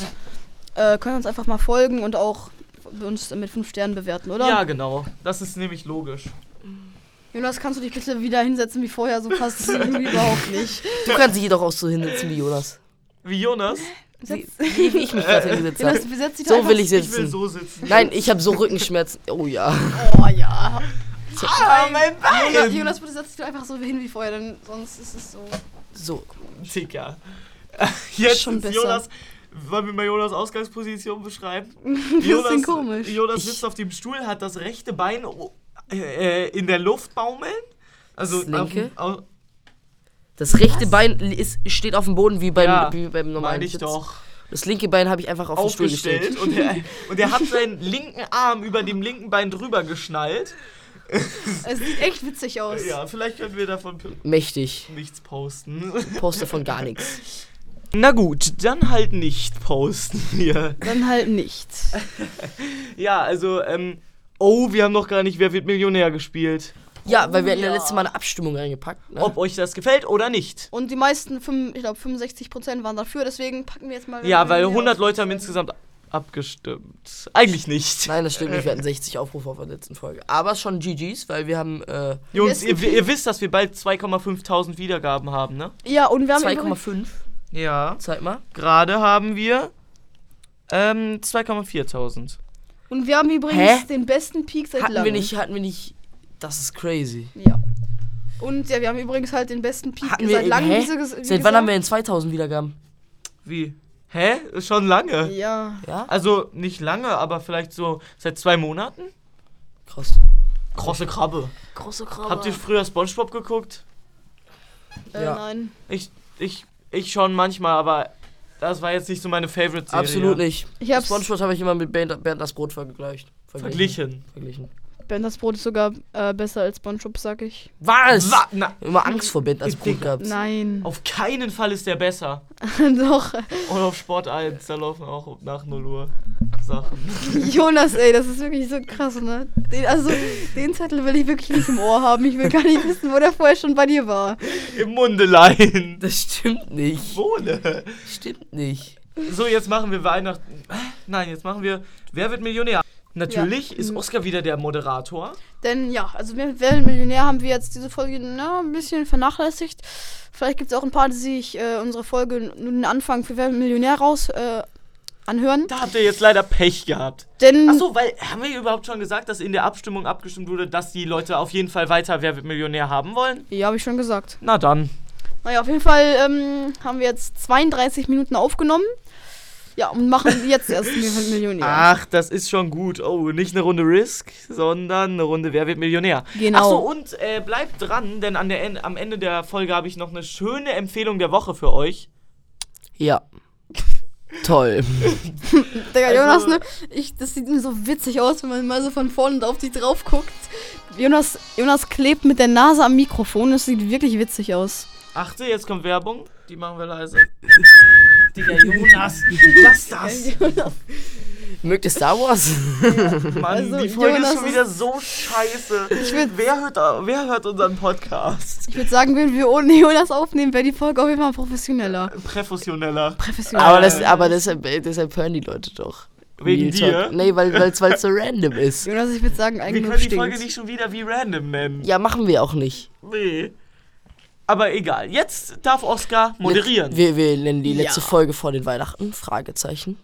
Speaker 1: äh, könnt uns einfach mal folgen und auch uns mit 5 Sternen bewerten, oder?
Speaker 3: Ja, genau. Das ist nämlich logisch.
Speaker 1: Jonas, kannst du dich bitte wieder hinsetzen wie vorher? So passt es irgendwie überhaupt nicht.
Speaker 2: Du kannst dich jedoch auch so hinsetzen wie Jonas.
Speaker 3: Wie Jonas?
Speaker 2: Wie, wie ich mich gerade hingesetzt
Speaker 1: Jonas,
Speaker 2: habe.
Speaker 1: besetzt dich
Speaker 2: So
Speaker 1: einfach-
Speaker 2: will ich
Speaker 3: Ich will
Speaker 2: sitzen.
Speaker 3: so sitzen.
Speaker 2: Nein, ich habe so Rückenschmerzen. Oh ja.
Speaker 1: Oh ja.
Speaker 3: Ah, mein
Speaker 2: Ähm.
Speaker 1: Jonas,
Speaker 3: Bein!
Speaker 1: Jonas, bitte setz dich einfach so hin wie vorher, denn sonst ist es so.
Speaker 2: So,
Speaker 3: Digga. Jetzt
Speaker 1: Schon
Speaker 3: ist
Speaker 1: besser.
Speaker 3: Jonas. Wollen wir mal Jonas Ausgangsposition beschreiben?
Speaker 1: Bisschen komisch.
Speaker 3: Jonas
Speaker 2: Ich-
Speaker 3: sitzt auf dem Stuhl, hat das rechte Bein o- äh, in der Luft baumeln. Also
Speaker 2: Das linke?
Speaker 3: Auf, auf,
Speaker 2: Das rechte Bein li- ist, steht auf dem Boden wie beim,
Speaker 3: Ja,
Speaker 2: wie beim normalen
Speaker 3: meine ich
Speaker 2: Sitz.
Speaker 3: doch.
Speaker 2: Das linke Bein habe ich einfach auf dem Stuhl gestellt.
Speaker 3: aufgestellt und er, und er hat seinen linken Arm über dem linken Bein drüber geschnallt
Speaker 1: Es sieht echt witzig aus.
Speaker 3: Ja, vielleicht können wir davon p-
Speaker 2: Mächtig.
Speaker 3: nichts posten.
Speaker 2: Poste von gar nichts.
Speaker 3: Na gut, dann halt nicht posten wir.
Speaker 1: Dann halt nicht.
Speaker 3: Ja, also, ähm, oh, wir haben noch gar nicht Wer wird Millionär gespielt.
Speaker 2: Ja, weil wir hatten ja
Speaker 1: ja.
Speaker 2: letztes Mal eine Abstimmung reingepackt. Ne?
Speaker 3: Ob euch das gefällt oder nicht.
Speaker 1: Und die meisten, fünf, ich glaube 65% waren dafür, deswegen packen wir jetzt mal.
Speaker 3: Ja, weil 100 Leute haben insgesamt abgestimmt. Eigentlich nicht.
Speaker 2: Nein, das stimmt nicht. Wir hatten 60 Aufrufe auf der letzten Folge. Aber schon GGs, weil wir haben äh,
Speaker 3: Jungs,
Speaker 1: Wir
Speaker 3: ihr,
Speaker 1: sind
Speaker 3: ihr wisst, dass wir bald 2,5000 Wiedergaben haben, ne?
Speaker 1: Ja, und wir haben. übrigens-
Speaker 2: 2,5.
Speaker 3: Ja.
Speaker 2: Zeig mal.
Speaker 3: Gerade haben wir ähm, 2,4000.
Speaker 1: Und wir haben übrigens
Speaker 2: Hä?
Speaker 1: den besten Peak seit
Speaker 2: Hatten
Speaker 1: langem.
Speaker 2: wir nicht, hatten wir nicht. Das ist crazy.
Speaker 1: Ja. Und ja, wir haben übrigens halt den besten Peak
Speaker 2: Hatten wir
Speaker 1: seit langem.
Speaker 2: hä?
Speaker 1: diese ges-
Speaker 2: Seit wann haben wir denn 2000 Wiedergaben?
Speaker 3: Wie? Hä? Schon lange.
Speaker 1: Ja.
Speaker 2: Ja?
Speaker 3: Also nicht lange, aber vielleicht so seit zwei Monaten?
Speaker 2: Krass.
Speaker 3: Krosse Krabbe.
Speaker 2: Große Krabbe.
Speaker 3: Habt ihr früher Spongebob geguckt?
Speaker 1: Äh,
Speaker 2: Ja.
Speaker 1: Nein.
Speaker 3: Ich, ich, ich schon manchmal, aber das war jetzt nicht so meine Favorite-Serie.
Speaker 2: Absolut nicht.
Speaker 1: Ich hab's.
Speaker 2: Spongebob habe ich immer mit Bernd, Bernd das Brot vergleicht.
Speaker 3: Verglichen.
Speaker 2: Verglichen.
Speaker 1: Ben, das Brot ist sogar äh, besser als Spongebob, sag ich.
Speaker 2: Was?
Speaker 3: Wa- na,
Speaker 2: Immer Angst vor Bernd das Brot gehabt. Oh.
Speaker 1: Nein.
Speaker 3: auf keinen Fall ist der besser.
Speaker 1: Doch.
Speaker 3: Und auf Sport 1, da laufen auch nach 0 Uhr Sachen.
Speaker 1: Jonas, ey, das ist wirklich so krass, ne? Den, also, den Zettel will ich wirklich nicht im Ohr haben. Ich will gar nicht wissen, wo der vorher schon bei dir war.
Speaker 3: Im Mundelein.
Speaker 2: Das stimmt nicht.
Speaker 3: Wohle.
Speaker 2: Stimmt nicht.
Speaker 3: So, jetzt machen wir Weihnachten. Nein, jetzt machen wir Wer wird Millionär? Natürlich
Speaker 1: Ja.
Speaker 3: ist Oscar wieder der Moderator.
Speaker 1: Denn ja, also wir Wer wird Millionär haben wir jetzt diese Folge na, ein bisschen vernachlässigt. Vielleicht gibt es auch ein paar, die sich äh, unsere Folge nur den Anfang für Wer wird Millionär raus äh, anhören.
Speaker 3: Da habt ihr jetzt leider Pech gehabt.
Speaker 1: Denn
Speaker 3: Achso, weil haben wir überhaupt schon gesagt, dass in der Abstimmung abgestimmt wurde, dass die Leute auf jeden Fall weiter Wer wird Millionär haben wollen?
Speaker 1: ja, habe ich schon gesagt.
Speaker 3: Na dann.
Speaker 1: Naja, auf jeden Fall ähm, haben wir jetzt 32 Minuten aufgenommen. Ja, und machen jetzt erst Wer wird Millionär.
Speaker 3: Ach, das ist schon gut. Oh, nicht eine Runde Risk, sondern eine Runde Wer wird Millionär.
Speaker 1: Genau.
Speaker 3: Achso, und äh, bleibt dran, denn an der En- am Ende der Folge habe ich noch eine schöne Empfehlung der Woche für euch.
Speaker 2: Ja. Toll.
Speaker 1: Digga, Jonas,
Speaker 3: also-
Speaker 1: ne? Ich, das sieht mir so witzig aus, wenn man mal so von vorne auf dich drauf guckt. Jonas, Jonas klebt mit der Nase am Mikrofon. Das sieht wirklich witzig aus.
Speaker 3: Achte, jetzt kommt Werbung. Die machen wir leise. Digga, Jonas, lass das.
Speaker 2: Mögt ihr Star Wars?
Speaker 3: Mann,
Speaker 1: Also,
Speaker 3: die Folge
Speaker 1: Jonas
Speaker 3: ist schon
Speaker 1: ist-
Speaker 3: wieder so scheiße.
Speaker 1: würd-
Speaker 3: wer, hört, wer hört unseren Podcast?
Speaker 1: Ich würde sagen, wenn wir ohne Jonas aufnehmen, wäre die Folge auf jeden Fall professioneller.
Speaker 3: Präfusioneller.
Speaker 1: Professioneller.
Speaker 2: aber das, aber deshalb, äh, deshalb hören die Leute doch.
Speaker 3: Wegen
Speaker 2: Real
Speaker 3: dir?
Speaker 2: Talk. Nee, weil es weil's so random ist.
Speaker 1: Jonas, ich würde sagen,
Speaker 3: Wir
Speaker 1: eigentlich
Speaker 3: können die
Speaker 1: stinkt.
Speaker 3: Folge nicht schon wieder wie random nennen.
Speaker 2: Ja, machen wir auch nicht.
Speaker 3: Nee. Aber egal. Jetzt darf Oscar moderieren.
Speaker 2: Wir, wir nennen die letzte
Speaker 1: Ja.
Speaker 2: Folge vor den Weihnachten. Fragezeichen.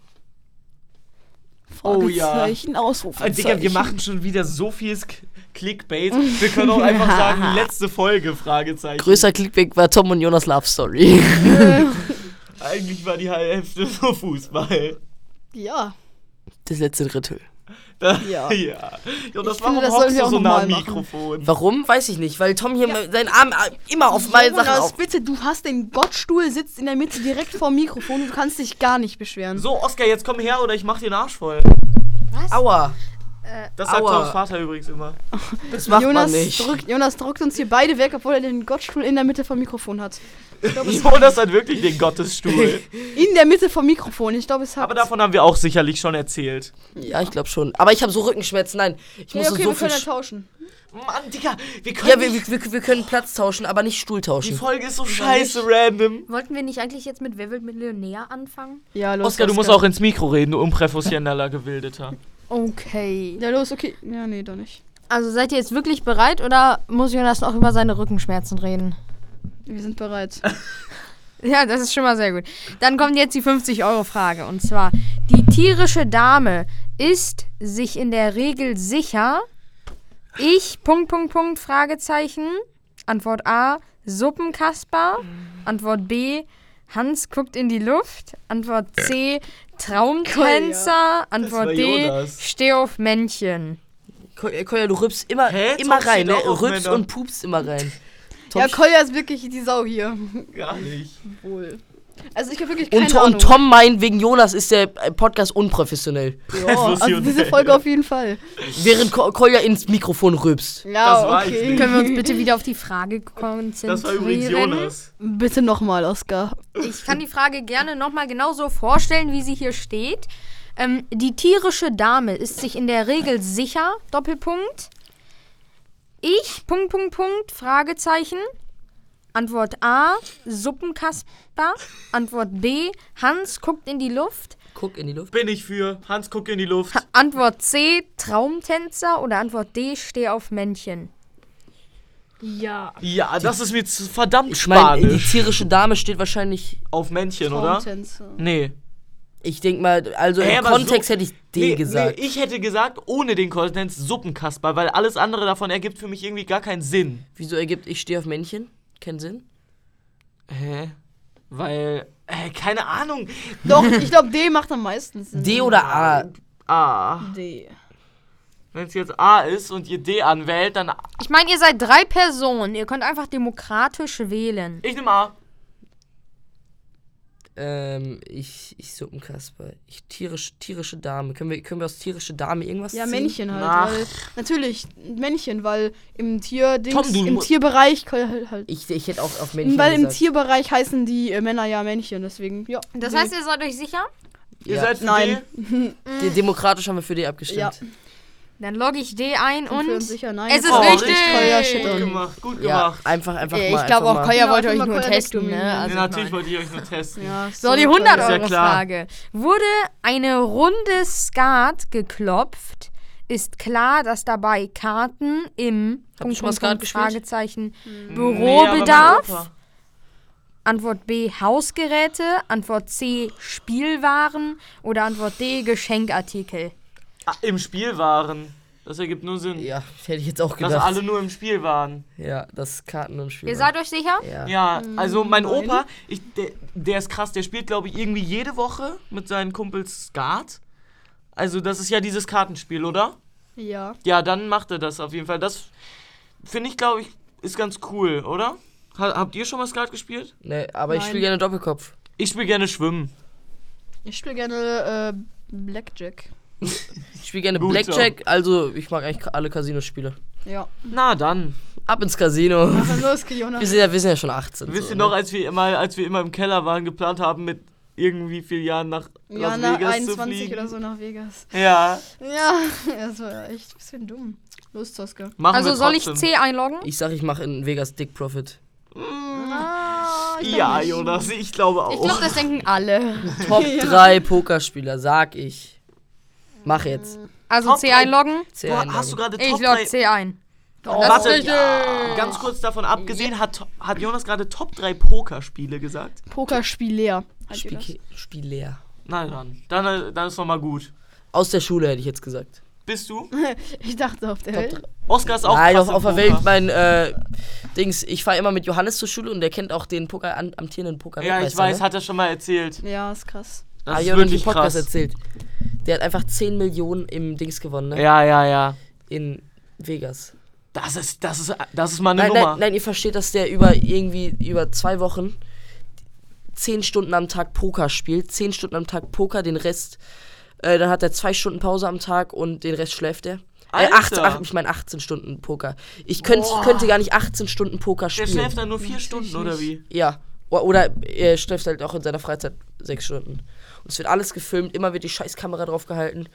Speaker 3: Oh ja.
Speaker 1: Fragezeichen,
Speaker 3: Äh,
Speaker 1: Ausrufezeichen.
Speaker 3: Digga, wir machen schon wieder so viel Sk- Clickbait. Wir können auch einfach sagen, letzte Folge, Fragezeichen.
Speaker 2: Größter Clickbait war Tom und Jonas Love Story.
Speaker 3: Eigentlich war die Hälfte nur Fußball.
Speaker 1: Ja.
Speaker 2: Das letzte Drittel.
Speaker 3: Da,
Speaker 1: Ja.
Speaker 3: ja. ja. Jonas,
Speaker 1: Ich finde,
Speaker 3: warum
Speaker 1: das sollten
Speaker 3: hockst
Speaker 1: wir
Speaker 3: du
Speaker 1: auch
Speaker 3: so
Speaker 1: noch
Speaker 3: nah
Speaker 1: mal
Speaker 3: am
Speaker 1: machen.
Speaker 3: Mikrofon?
Speaker 2: Warum? Weiß ich nicht, weil Tom hier mal seinen Arm äh, immer auf meine Sachen
Speaker 1: Jonas,
Speaker 2: auf.
Speaker 1: bitte, du hast den Gottstuhl, sitzt in der Mitte direkt vor dem Mikrofon. Du kannst dich gar nicht beschweren.
Speaker 3: So, Oscar, jetzt komm her oder ich mach dir den Arsch voll.
Speaker 2: Aua.
Speaker 3: Das sagt
Speaker 2: Aua.
Speaker 3: Toms Vater übrigens immer.
Speaker 2: Das macht
Speaker 1: Jonas,
Speaker 2: man nicht.
Speaker 1: Drückt, Jonas drückt uns hier beide weg, obwohl er den Gottstuhl in der Mitte vom Mikrofon hat. Ich glaube, es
Speaker 3: Jonas hat wirklich den Gottesstuhl.
Speaker 1: in der Mitte vom Mikrofon. Ich glaube, es hat.
Speaker 3: Aber davon haben wir auch sicherlich schon erzählt.
Speaker 2: Ja, ich glaube schon. Aber ich habe so Rückenschmerzen. Nein, ich muss
Speaker 1: ja, okay,
Speaker 2: so
Speaker 1: wir
Speaker 2: viel.
Speaker 1: können ja
Speaker 2: sch-
Speaker 1: tauschen.
Speaker 3: Mann, Digga, wir können
Speaker 2: Ja, wir,
Speaker 3: nicht,
Speaker 2: wir, wir, wir können Platz tauschen, aber nicht Stuhl
Speaker 3: Die
Speaker 2: tauschen.
Speaker 3: Folge ist so scheiße random.
Speaker 4: Wollten wir nicht eigentlich jetzt mit Wer wird Millionär anfangen?
Speaker 1: Ja, los.
Speaker 3: Oscar, du musst auch ins Mikro reden, du unprofessioneller Gebildeter.
Speaker 4: Okay.
Speaker 1: Ja, los, okay. Ja, nee, doch nicht.
Speaker 4: Also seid ihr jetzt wirklich bereit oder muss Jonas noch über seine Rückenschmerzen reden?
Speaker 1: Wir sind bereit.
Speaker 4: Ja, das ist schon mal sehr gut. Dann kommt jetzt die 50-Euro-Frage. Und zwar, die tierische Dame ist sich in der Regel sicher, ich, Punkt, Punkt, Punkt, Fragezeichen. Antwort A, Suppenkasper. Antwort B, Hans guckt in die Luft. Antwort C, Traumtänzer. Antwort D,
Speaker 3: Jonas.
Speaker 4: steh auf Männchen.
Speaker 2: Ko- äh, Kolja, du rübst immer,
Speaker 3: Hä?
Speaker 2: immer
Speaker 3: Tom
Speaker 2: rein, ne?
Speaker 3: steht auch auf
Speaker 2: Rübst
Speaker 3: Männer.
Speaker 2: und pupst immer rein. Tom
Speaker 1: ja, Kolja ist wirklich die Sau hier.
Speaker 3: Gar nicht.
Speaker 1: Wohl. Also ich habe wirklich keine
Speaker 2: Und,
Speaker 1: Ahnung.
Speaker 2: und Tom meint, wegen Jonas ist der äh, Podcast unprofessionell.
Speaker 1: Ja, also
Speaker 3: Diskussion.
Speaker 1: diese Folge auf jeden Fall.
Speaker 2: Während Ko- Kolja ins Mikrofon rülpst.
Speaker 1: Ja,
Speaker 3: Das war ich
Speaker 1: okay.
Speaker 3: nicht.
Speaker 4: Können wir uns bitte wieder auf die Frage konzentrieren?
Speaker 3: Das war übrigens Jonas.
Speaker 1: Bitte nochmal, Oskar.
Speaker 4: Ich kann die Frage gerne nochmal genauso vorstellen, wie sie hier steht. Ähm, die tierische Dame ist sich in der Regel sicher, Doppelpunkt. Ich, Punkt, Punkt, Punkt, Fragezeichen. Antwort A, Suppenkasper. Antwort B, Hans guckt in die Luft.
Speaker 2: Guck in die Luft.
Speaker 3: Bin ich für. Hans, guck in die Luft.
Speaker 4: Ha- Antwort C, Traumtänzer. Oder Antwort D, steh auf Männchen.
Speaker 1: Ja.
Speaker 3: Ja, das ist mir zu verdammt
Speaker 2: Ich meine, die
Speaker 3: spanisch.
Speaker 2: tierische Dame steht wahrscheinlich.
Speaker 3: Auf Männchen, oder? Nee.
Speaker 2: Ich denke mal, also
Speaker 3: Hä,
Speaker 2: im
Speaker 3: aber
Speaker 2: Kontext
Speaker 3: so-
Speaker 2: hätte ich D gesagt.
Speaker 3: ich hätte gesagt, ohne den Konsens Suppenkasper, weil alles andere davon ergibt für mich irgendwie gar keinen Sinn.
Speaker 2: Wieso ergibt ich stehe auf Männchen? Keinen Sinn.
Speaker 3: Hä? Weil, äh, keine Ahnung.
Speaker 1: Doch, ich glaube, D macht am meisten Sinn.
Speaker 2: D oder A?
Speaker 3: Ah.
Speaker 1: D.
Speaker 3: Wenn es jetzt A ist und ihr D anwählt, dann.
Speaker 4: Ich meine, ihr seid drei Personen. Ihr könnt einfach demokratisch wählen.
Speaker 3: Ich nehme A.
Speaker 2: Ähm, ich, ich Suppenkasper. Ich tierische, tierische Dame. Können wir, können wir aus tierische Dame irgendwas
Speaker 1: Ja,
Speaker 2: ziehen?
Speaker 1: Männchen halt.
Speaker 3: Ach.
Speaker 1: Weil, natürlich, Männchen, weil im Tierdings,
Speaker 3: Tom, du
Speaker 1: im
Speaker 3: mu-
Speaker 1: Tierbereich halt, halt
Speaker 2: Ich, ich hätte auch auf Männchen
Speaker 1: weil im
Speaker 2: gesagt.
Speaker 1: Tierbereich heißen die äh, Männer ja Männchen, deswegen, ja.
Speaker 4: Das
Speaker 1: D.
Speaker 4: heißt, ihr seid euch sicher?
Speaker 3: Ihr
Speaker 2: Ja.
Speaker 3: seid für
Speaker 1: Nein.
Speaker 3: D.
Speaker 2: De-
Speaker 4: Hm.
Speaker 2: Demokratisch haben wir für D abgestimmt.
Speaker 1: Ja.
Speaker 4: Dann logge ich D ein
Speaker 1: Und
Speaker 4: und.
Speaker 1: sicher, nein.
Speaker 4: es ist
Speaker 3: Oh,
Speaker 4: richtig.
Speaker 3: richtig.
Speaker 1: Teuer, shit
Speaker 3: Gut
Speaker 1: on.
Speaker 3: gemacht, gut
Speaker 2: Ja,
Speaker 3: gemacht.
Speaker 2: einfach, einfach
Speaker 4: Ja,
Speaker 2: mal.
Speaker 4: ich glaube
Speaker 2: einfach
Speaker 4: auch,
Speaker 2: mal.
Speaker 4: Kolja
Speaker 1: Ja,
Speaker 4: wollte euch
Speaker 1: einfach mal
Speaker 4: nur
Speaker 1: Kolja
Speaker 4: testen. Ne?
Speaker 1: wegdominieren.
Speaker 4: Also,
Speaker 3: Ja, natürlich
Speaker 4: ich mein.
Speaker 3: wollte ich euch nur testen.
Speaker 1: Ja,
Speaker 4: so, die
Speaker 3: Ist ja klar.
Speaker 4: 100-Euro-Frage. Wurde eine runde Skat geklopft, ist klar, dass dabei Karten im
Speaker 2: Habt ihr schon mal Skat gespielt?
Speaker 4: Fragezeichen
Speaker 3: Nee, aber mein
Speaker 4: Bürobedarf,
Speaker 3: Opa.
Speaker 4: Antwort B Hausgeräte, Antwort C Spielwaren oder Antwort D Geschenkartikel.
Speaker 3: Ah, Im Spiel waren. Das ergibt nur Sinn.
Speaker 2: Ja, hätte ich jetzt auch
Speaker 3: Dass
Speaker 2: gedacht.
Speaker 3: alle nur im Spiel waren.
Speaker 2: ja, das Karten und Spiel.
Speaker 4: Ihr seid euch sicher?
Speaker 2: ja.
Speaker 3: Ja, also mein Opa, ich, der, der ist krass, der spielt, glaube ich, irgendwie jede Woche mit seinen Kumpels Skat. Also, das ist ja dieses Kartenspiel, oder?
Speaker 1: Ja.
Speaker 3: Ja, dann macht er das auf jeden Fall. Das finde ich, glaube ich, ist ganz cool, oder? Ha habt ihr schon mal Skat gespielt?
Speaker 2: Nee, aber ich
Speaker 1: Nein.
Speaker 2: spiele gerne Doppelkopf.
Speaker 3: Ich spiele gerne Schwimmen.
Speaker 1: Ich spiele gerne äh, Blackjack.
Speaker 2: Ich spiele gerne
Speaker 3: Gut,
Speaker 2: Blackjack, also ich mag eigentlich alle Casino-Spiele.
Speaker 1: Ja.
Speaker 3: Na dann.
Speaker 2: Ab ins Casino.
Speaker 1: Also los,
Speaker 2: Wir
Speaker 1: Jonas.
Speaker 2: sind ja, wir sind ja schon 18.
Speaker 3: Wisst
Speaker 2: so, ne?
Speaker 3: ihr noch, als wir, immer, als wir immer im Keller waren, geplant haben, mit irgendwie vielen Jahren nach
Speaker 1: Ja,
Speaker 3: Las
Speaker 1: nach
Speaker 3: Vegas zu
Speaker 1: 21
Speaker 3: fliegen?
Speaker 1: oder so nach Vegas.
Speaker 3: Ja,
Speaker 1: Ja, das war echt ein bisschen dumm. Los, Tosca.
Speaker 3: machen
Speaker 4: Also
Speaker 3: wir
Speaker 4: soll ich
Speaker 3: trotzdem.
Speaker 4: C einloggen?
Speaker 2: ne? Ich sag, ich mache in Vegas Dick Profit.
Speaker 3: Ja, Jonas, ich glaube auch.
Speaker 4: Ich glaube, das denken alle.
Speaker 2: Top 3 Pokerspieler, sag ich. Mach jetzt.
Speaker 4: Also
Speaker 3: Top
Speaker 4: C
Speaker 3: drei.
Speaker 4: einloggen.
Speaker 2: Zähl
Speaker 3: Boah,
Speaker 2: einloggen.
Speaker 3: hast du gerade
Speaker 4: Ich
Speaker 3: Top
Speaker 4: logge
Speaker 3: 3
Speaker 4: C ein.
Speaker 1: Oh,
Speaker 4: Das ist
Speaker 3: Warte,
Speaker 4: richtig.
Speaker 3: ganz kurz davon abgesehen, hat, hat Jonas gerade Top 3 Pokerspiele gesagt?
Speaker 1: Pokerspiel leer. Hat ihr das?
Speaker 2: Spiel, Spiel leer.
Speaker 3: Nein, dann. Dann, äh, dann ist nochmal gut.
Speaker 2: Aus der Schule hätte ich jetzt gesagt.
Speaker 3: Bist du?
Speaker 1: Ich dachte auf der Welt.
Speaker 3: Oskar ist auch
Speaker 2: Nein,
Speaker 3: krass
Speaker 2: auf,
Speaker 3: im
Speaker 2: auf der Welt,
Speaker 3: Poker.
Speaker 2: mein äh, Dings, ich fahre immer mit Johannes zur Schule und der kennt auch den Poker an, amtierenden Poker.
Speaker 3: Ja, ich weiß, hat er schon mal erzählt.
Speaker 1: Ja, ist krass.
Speaker 3: Das
Speaker 2: das
Speaker 3: ist
Speaker 2: ne? ah, wirklich
Speaker 3: wirklich
Speaker 2: Podcast
Speaker 3: krass.
Speaker 2: erzählt. Der hat einfach 10 Millionen im Dings gewonnen, ne?
Speaker 3: Ja, ja, ja.
Speaker 2: In Vegas.
Speaker 3: Das ist, das ist, das ist mal eine
Speaker 2: Nein,
Speaker 3: Nummer.
Speaker 2: nein, nein, ihr versteht, dass der über irgendwie über zwei Wochen zehn Stunden am Tag Poker spielt, zehn Stunden am Tag Poker, den Rest, äh, dann hat er zwei Stunden Pause am Tag und den Rest schläft er. Äh,
Speaker 3: Alter.
Speaker 2: acht, acht, ich meine 18 Stunden Poker. Ich könnt, könnte gar nicht 18 Stunden Poker
Speaker 3: Der
Speaker 2: spielen.
Speaker 3: schläft dann nur vier Stunden, oder wie?
Speaker 2: Ja. O- Oder er schläft halt auch in seiner Freizeit sechs Stunden. Und es wird alles gefilmt, immer wird die Scheißkamera draufgehalten.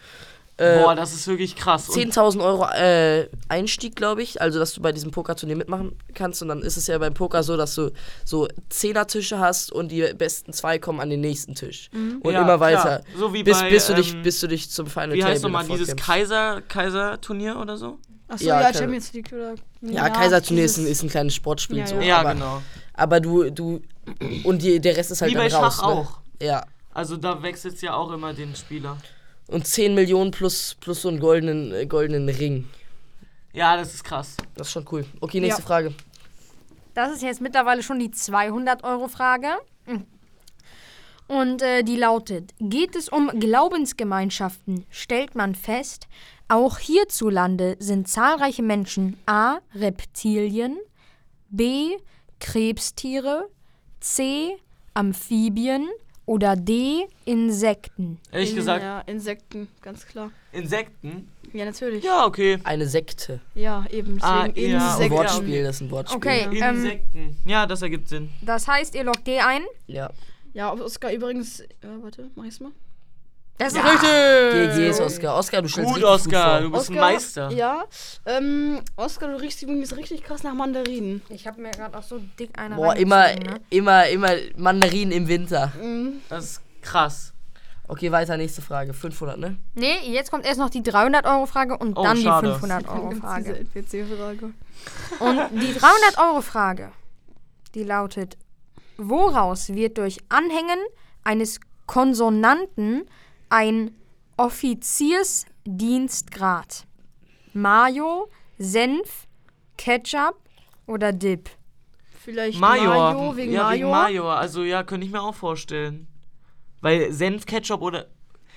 Speaker 2: Äh,
Speaker 3: Boah, das ist wirklich krass. Und
Speaker 2: 10.000 Euro äh, Einstieg, glaube ich. Also, dass du bei diesem Pokerturnier mitmachen kannst. Und dann ist es ja beim Poker so, dass du so Zehner-Tische hast und die besten zwei kommen an den nächsten Tisch.
Speaker 1: Mhm.
Speaker 2: Und
Speaker 3: Ja,
Speaker 2: immer
Speaker 3: klar.
Speaker 2: weiter.
Speaker 3: So wie
Speaker 2: bis,
Speaker 3: bei,
Speaker 2: bis, du dich,
Speaker 3: ähm,
Speaker 2: bis du dich zum Final
Speaker 3: wie heißt
Speaker 2: Table
Speaker 3: nochmal dieses
Speaker 2: vorkämpfst.
Speaker 3: Kaiser, Kaiser-Turnier oder so?
Speaker 1: Achso,
Speaker 2: Ja,
Speaker 1: ja,
Speaker 2: keine-
Speaker 1: Champions League oder.
Speaker 2: Ja, Kaiserturnier ist ein,
Speaker 1: dieses-
Speaker 2: ist ein kleines Sportspiel.
Speaker 1: Ja,
Speaker 2: so.
Speaker 1: ja.
Speaker 3: Ja,
Speaker 2: aber,
Speaker 3: genau.
Speaker 2: Aber du, du. Und die, der Rest ist halt
Speaker 3: Wie
Speaker 2: dann
Speaker 3: bei
Speaker 2: raus.
Speaker 3: Schach
Speaker 2: ne?
Speaker 3: auch.
Speaker 2: Ja.
Speaker 3: Also da wechselt's ja auch immer den Spieler.
Speaker 2: Und 10 Millionen plus, plus so einen goldenen, äh, goldenen Ring.
Speaker 3: Ja, das ist krass.
Speaker 2: Das ist schon cool. Okay, nächste
Speaker 1: Ja.
Speaker 2: Frage.
Speaker 4: Das ist jetzt mittlerweile schon die 200-Euro-Frage.
Speaker 3: Mhm.
Speaker 4: Und äh, die lautet, geht es um Glaubensgemeinschaften, stellt man fest, auch hierzulande sind zahlreiche Menschen a. Reptilien, b. Krebstiere, c. Amphibien oder D. Insekten?
Speaker 3: Ehrlich
Speaker 1: In-
Speaker 3: gesagt,
Speaker 1: Ja, Insekten, ganz klar.
Speaker 3: Insekten.
Speaker 1: Ja, natürlich. Ja,
Speaker 3: Ja, okay.
Speaker 2: Eine Sekte.
Speaker 1: eben. Deswegen
Speaker 3: Ah, ja,
Speaker 2: Ein
Speaker 1: Insekten.
Speaker 2: Wortspiel, das ist ein Wortspiel.
Speaker 4: Okay, ähm,
Speaker 3: Insekten. Ja, das ergibt Sinn.
Speaker 4: das heißt, ihr loggt D ein.
Speaker 2: Ja.
Speaker 1: Ja, Oskar übrigens. Ja, warte, mach ich's mal.
Speaker 4: Das ist richtig.
Speaker 2: GG
Speaker 1: Äh,
Speaker 2: ist Oscar. Oscar, du stellst
Speaker 3: Gut,
Speaker 2: richtig
Speaker 3: Oscar, du
Speaker 2: gut vor.
Speaker 3: bist ein Meister.
Speaker 1: Ja. Ähm, Oskar, du riechst übrigens richtig krass nach Mandarinen.
Speaker 4: Ich habe mir gerade auch so dick eine ne?
Speaker 2: Boah, immer,
Speaker 1: ne?
Speaker 2: immer, immer Mandarinen im Winter.
Speaker 3: Das ist krass.
Speaker 2: Okay, weiter, nächste Frage. 500, ne?
Speaker 4: Nee, jetzt kommt erst noch die 300-Euro-Frage und
Speaker 3: Oh,
Speaker 4: dann
Speaker 3: schade.
Speaker 4: die 500-Euro-Frage.
Speaker 1: NPC-Frage.
Speaker 4: Und die 300-Euro-Frage, die lautet: Woraus wird durch Anhängen eines Konsonanten ein Offiziersdienstgrad? Mayo, Senf, Ketchup oder Dip?
Speaker 1: Vielleicht
Speaker 3: Major.
Speaker 1: Mayo wegen
Speaker 3: ja, wegen
Speaker 1: Major.
Speaker 3: Major. Also ja, könnte ich mir auch vorstellen. Weil Senf, Ketchup oder...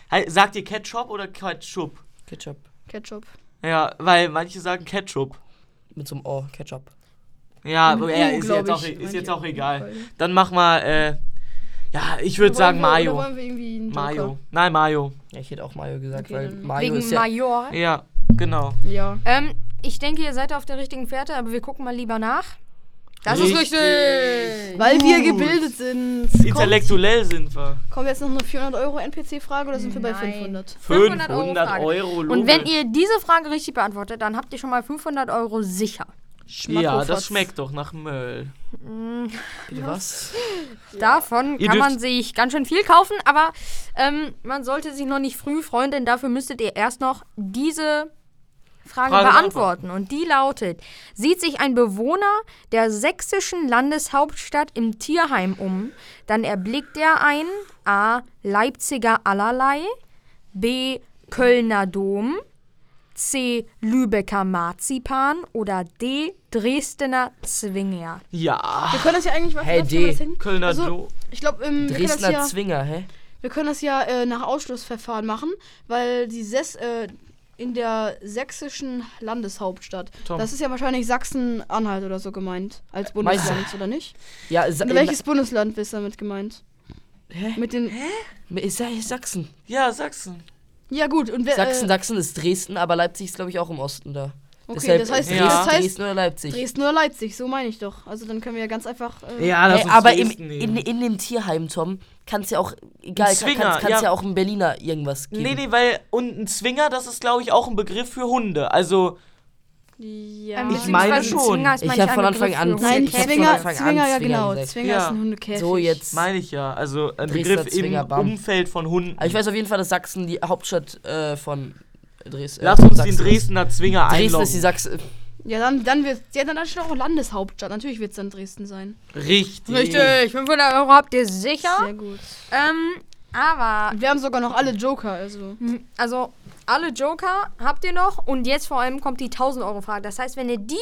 Speaker 3: Hey, Sagt ihr Ketchup oder Ketchup?
Speaker 2: Ketchup.
Speaker 1: Ketchup.
Speaker 3: Ja, weil manche sagen Ketchup.
Speaker 2: Mit so einem O, Ketchup.
Speaker 3: Ja,
Speaker 1: Mit
Speaker 3: aber,
Speaker 1: U,
Speaker 3: ja ist,
Speaker 1: Hm, glaub
Speaker 3: jetzt auch, e-,
Speaker 1: ich,
Speaker 3: ist
Speaker 1: manche
Speaker 3: jetzt auch
Speaker 1: auf jeden
Speaker 3: egal.
Speaker 1: Fall.
Speaker 3: Dann mach mal, äh, ja, ich würde sagen
Speaker 1: Oder wollen wir- oder
Speaker 3: Mayo.
Speaker 1: wollen wir irgendwie einen Joker?
Speaker 3: Mayo. Nein, Mayo.
Speaker 2: Ja, ich hätte auch Mayo gesagt,
Speaker 1: Okay,
Speaker 2: weil
Speaker 1: dann-
Speaker 2: Mayo
Speaker 4: Wegen
Speaker 2: ist ja...
Speaker 4: Major.
Speaker 3: Ja, genau.
Speaker 1: Ja.
Speaker 4: Ähm, ich denke, ihr seid auf der richtigen Fährte, aber wir gucken mal lieber nach. Das ist
Speaker 3: Richtig.
Speaker 4: richtig.
Speaker 1: Weil wir gebildet sind. Kommt,
Speaker 3: Intellektuell sind wir.
Speaker 1: kommen jetzt noch eine 400 Euro NPC-Frage oder sind wir bei 500?
Speaker 4: 500 Euro Frage.
Speaker 3: Euro
Speaker 4: Und wenn
Speaker 3: logisch.
Speaker 4: ihr diese Frage richtig beantwortet, dann habt ihr schon mal 500 Euro sicher.
Speaker 3: Ja,
Speaker 1: Schmackofatz.
Speaker 3: das schmeckt doch nach Müll.
Speaker 2: Bitte was?
Speaker 4: Davon
Speaker 3: Ihr
Speaker 4: kann
Speaker 3: dürft-
Speaker 4: man sich ganz schön viel kaufen, aber ähm, man sollte sich noch nicht früh freuen, denn dafür müsstet ihr erst noch diese Frage,
Speaker 3: Frage
Speaker 4: beantworten. Und die lautet, sieht sich ein Bewohner der sächsischen Landeshauptstadt im Tierheim um, dann erblickt er ein A. Leipziger Allerlei, B. Kölner Dom, C. Lübecker Marzipan oder D. Dresdner Zwinger.
Speaker 3: Ja.
Speaker 1: Wir können das ja eigentlich mal
Speaker 2: Hey,
Speaker 1: vielleicht können wir das
Speaker 2: D.
Speaker 1: hin-
Speaker 3: Kölner
Speaker 1: also,
Speaker 3: Do.
Speaker 1: Ich glaube, ähm, wir können
Speaker 2: Dresdner
Speaker 1: das ja,
Speaker 2: Zwinger, hä?
Speaker 1: wir können das ja äh, nach Ausschlussverfahren machen, weil die Ses, äh, in der sächsischen Landeshauptstadt.
Speaker 3: Tom.
Speaker 1: Das ist ja wahrscheinlich Sachsen-Anhalt oder so gemeint. Als Bundesland, oder nicht?
Speaker 2: Ja, Sa
Speaker 1: Welches Bundesland ist damit gemeint? Hä? Mit den.
Speaker 2: ist ja Sachsen.
Speaker 3: Ja, Sachsen.
Speaker 1: Ja, gut. Und wer,
Speaker 2: Sachsen,
Speaker 1: äh,
Speaker 2: Sachsen ist Dresden, aber Leipzig ist, glaube ich, auch im Osten da.
Speaker 1: Okay,
Speaker 2: Deshalb
Speaker 1: das heißt-
Speaker 2: Dresden,
Speaker 3: das heißt-
Speaker 2: Dresden oder Leipzig.
Speaker 1: Dresden oder Leipzig, so meine ich doch. Also dann können wir ja ganz einfach. Äh,
Speaker 3: Ja,
Speaker 2: Hey, aber im, in,
Speaker 3: nehmen.
Speaker 2: in dem Tierheim, Tom, kannst ja auch, egal, kann,
Speaker 3: Zwinger,
Speaker 2: kannst, kannst ja.
Speaker 3: ja.
Speaker 2: auch einen Berliner irgendwas geben.
Speaker 3: Nee, nee, weil und ein Zwinger, das ist glaube ich auch ein Begriff für Hunde. Also
Speaker 1: Ja.
Speaker 4: Ähm,
Speaker 3: Ich meine
Speaker 4: beziehungsweise
Speaker 3: schon.
Speaker 4: Zwinger ist
Speaker 2: Ich
Speaker 4: manchmal
Speaker 2: hab von
Speaker 4: ein
Speaker 2: Anfang
Speaker 4: Begriff
Speaker 2: an-
Speaker 1: Nein,
Speaker 4: für
Speaker 2: Ich hab
Speaker 4: Hunde.
Speaker 2: von
Speaker 1: Zwinger,
Speaker 2: Anfang an
Speaker 1: Zwinger, ja
Speaker 2: Zwinger
Speaker 1: genau.
Speaker 2: gesagt.
Speaker 1: Zwinger
Speaker 3: Ja.
Speaker 1: ist ein Hundekäfig.
Speaker 2: so, jetzt.
Speaker 3: meine ich ja, also ein
Speaker 2: Dresdner
Speaker 3: Begriff im
Speaker 2: Zwinger, bam.
Speaker 3: Umfeld von Hunden.
Speaker 2: Aber ich weiß auf jeden Fall, dass Sachsen die Hauptstadt äh, von Dresden
Speaker 3: Lass uns
Speaker 2: Sachsen
Speaker 3: den Dresdner Zwinger
Speaker 2: ist. Dresden
Speaker 3: einloggen.
Speaker 2: ist die Sachsen.
Speaker 1: Ja, dann, dann wird ja, dann steht auch Landeshauptstadt. Natürlich wird es dann Dresden sein.
Speaker 3: Richtig.
Speaker 4: Richtig, 500 Euro habt ihr sicher.
Speaker 1: Sehr gut.
Speaker 4: Ähm, aber,
Speaker 1: Und wir haben sogar noch alle Joker, also.
Speaker 4: also, alle Joker habt ihr noch und jetzt vor allem kommt die 1000 Euro Frage. Das heißt, wenn ihr die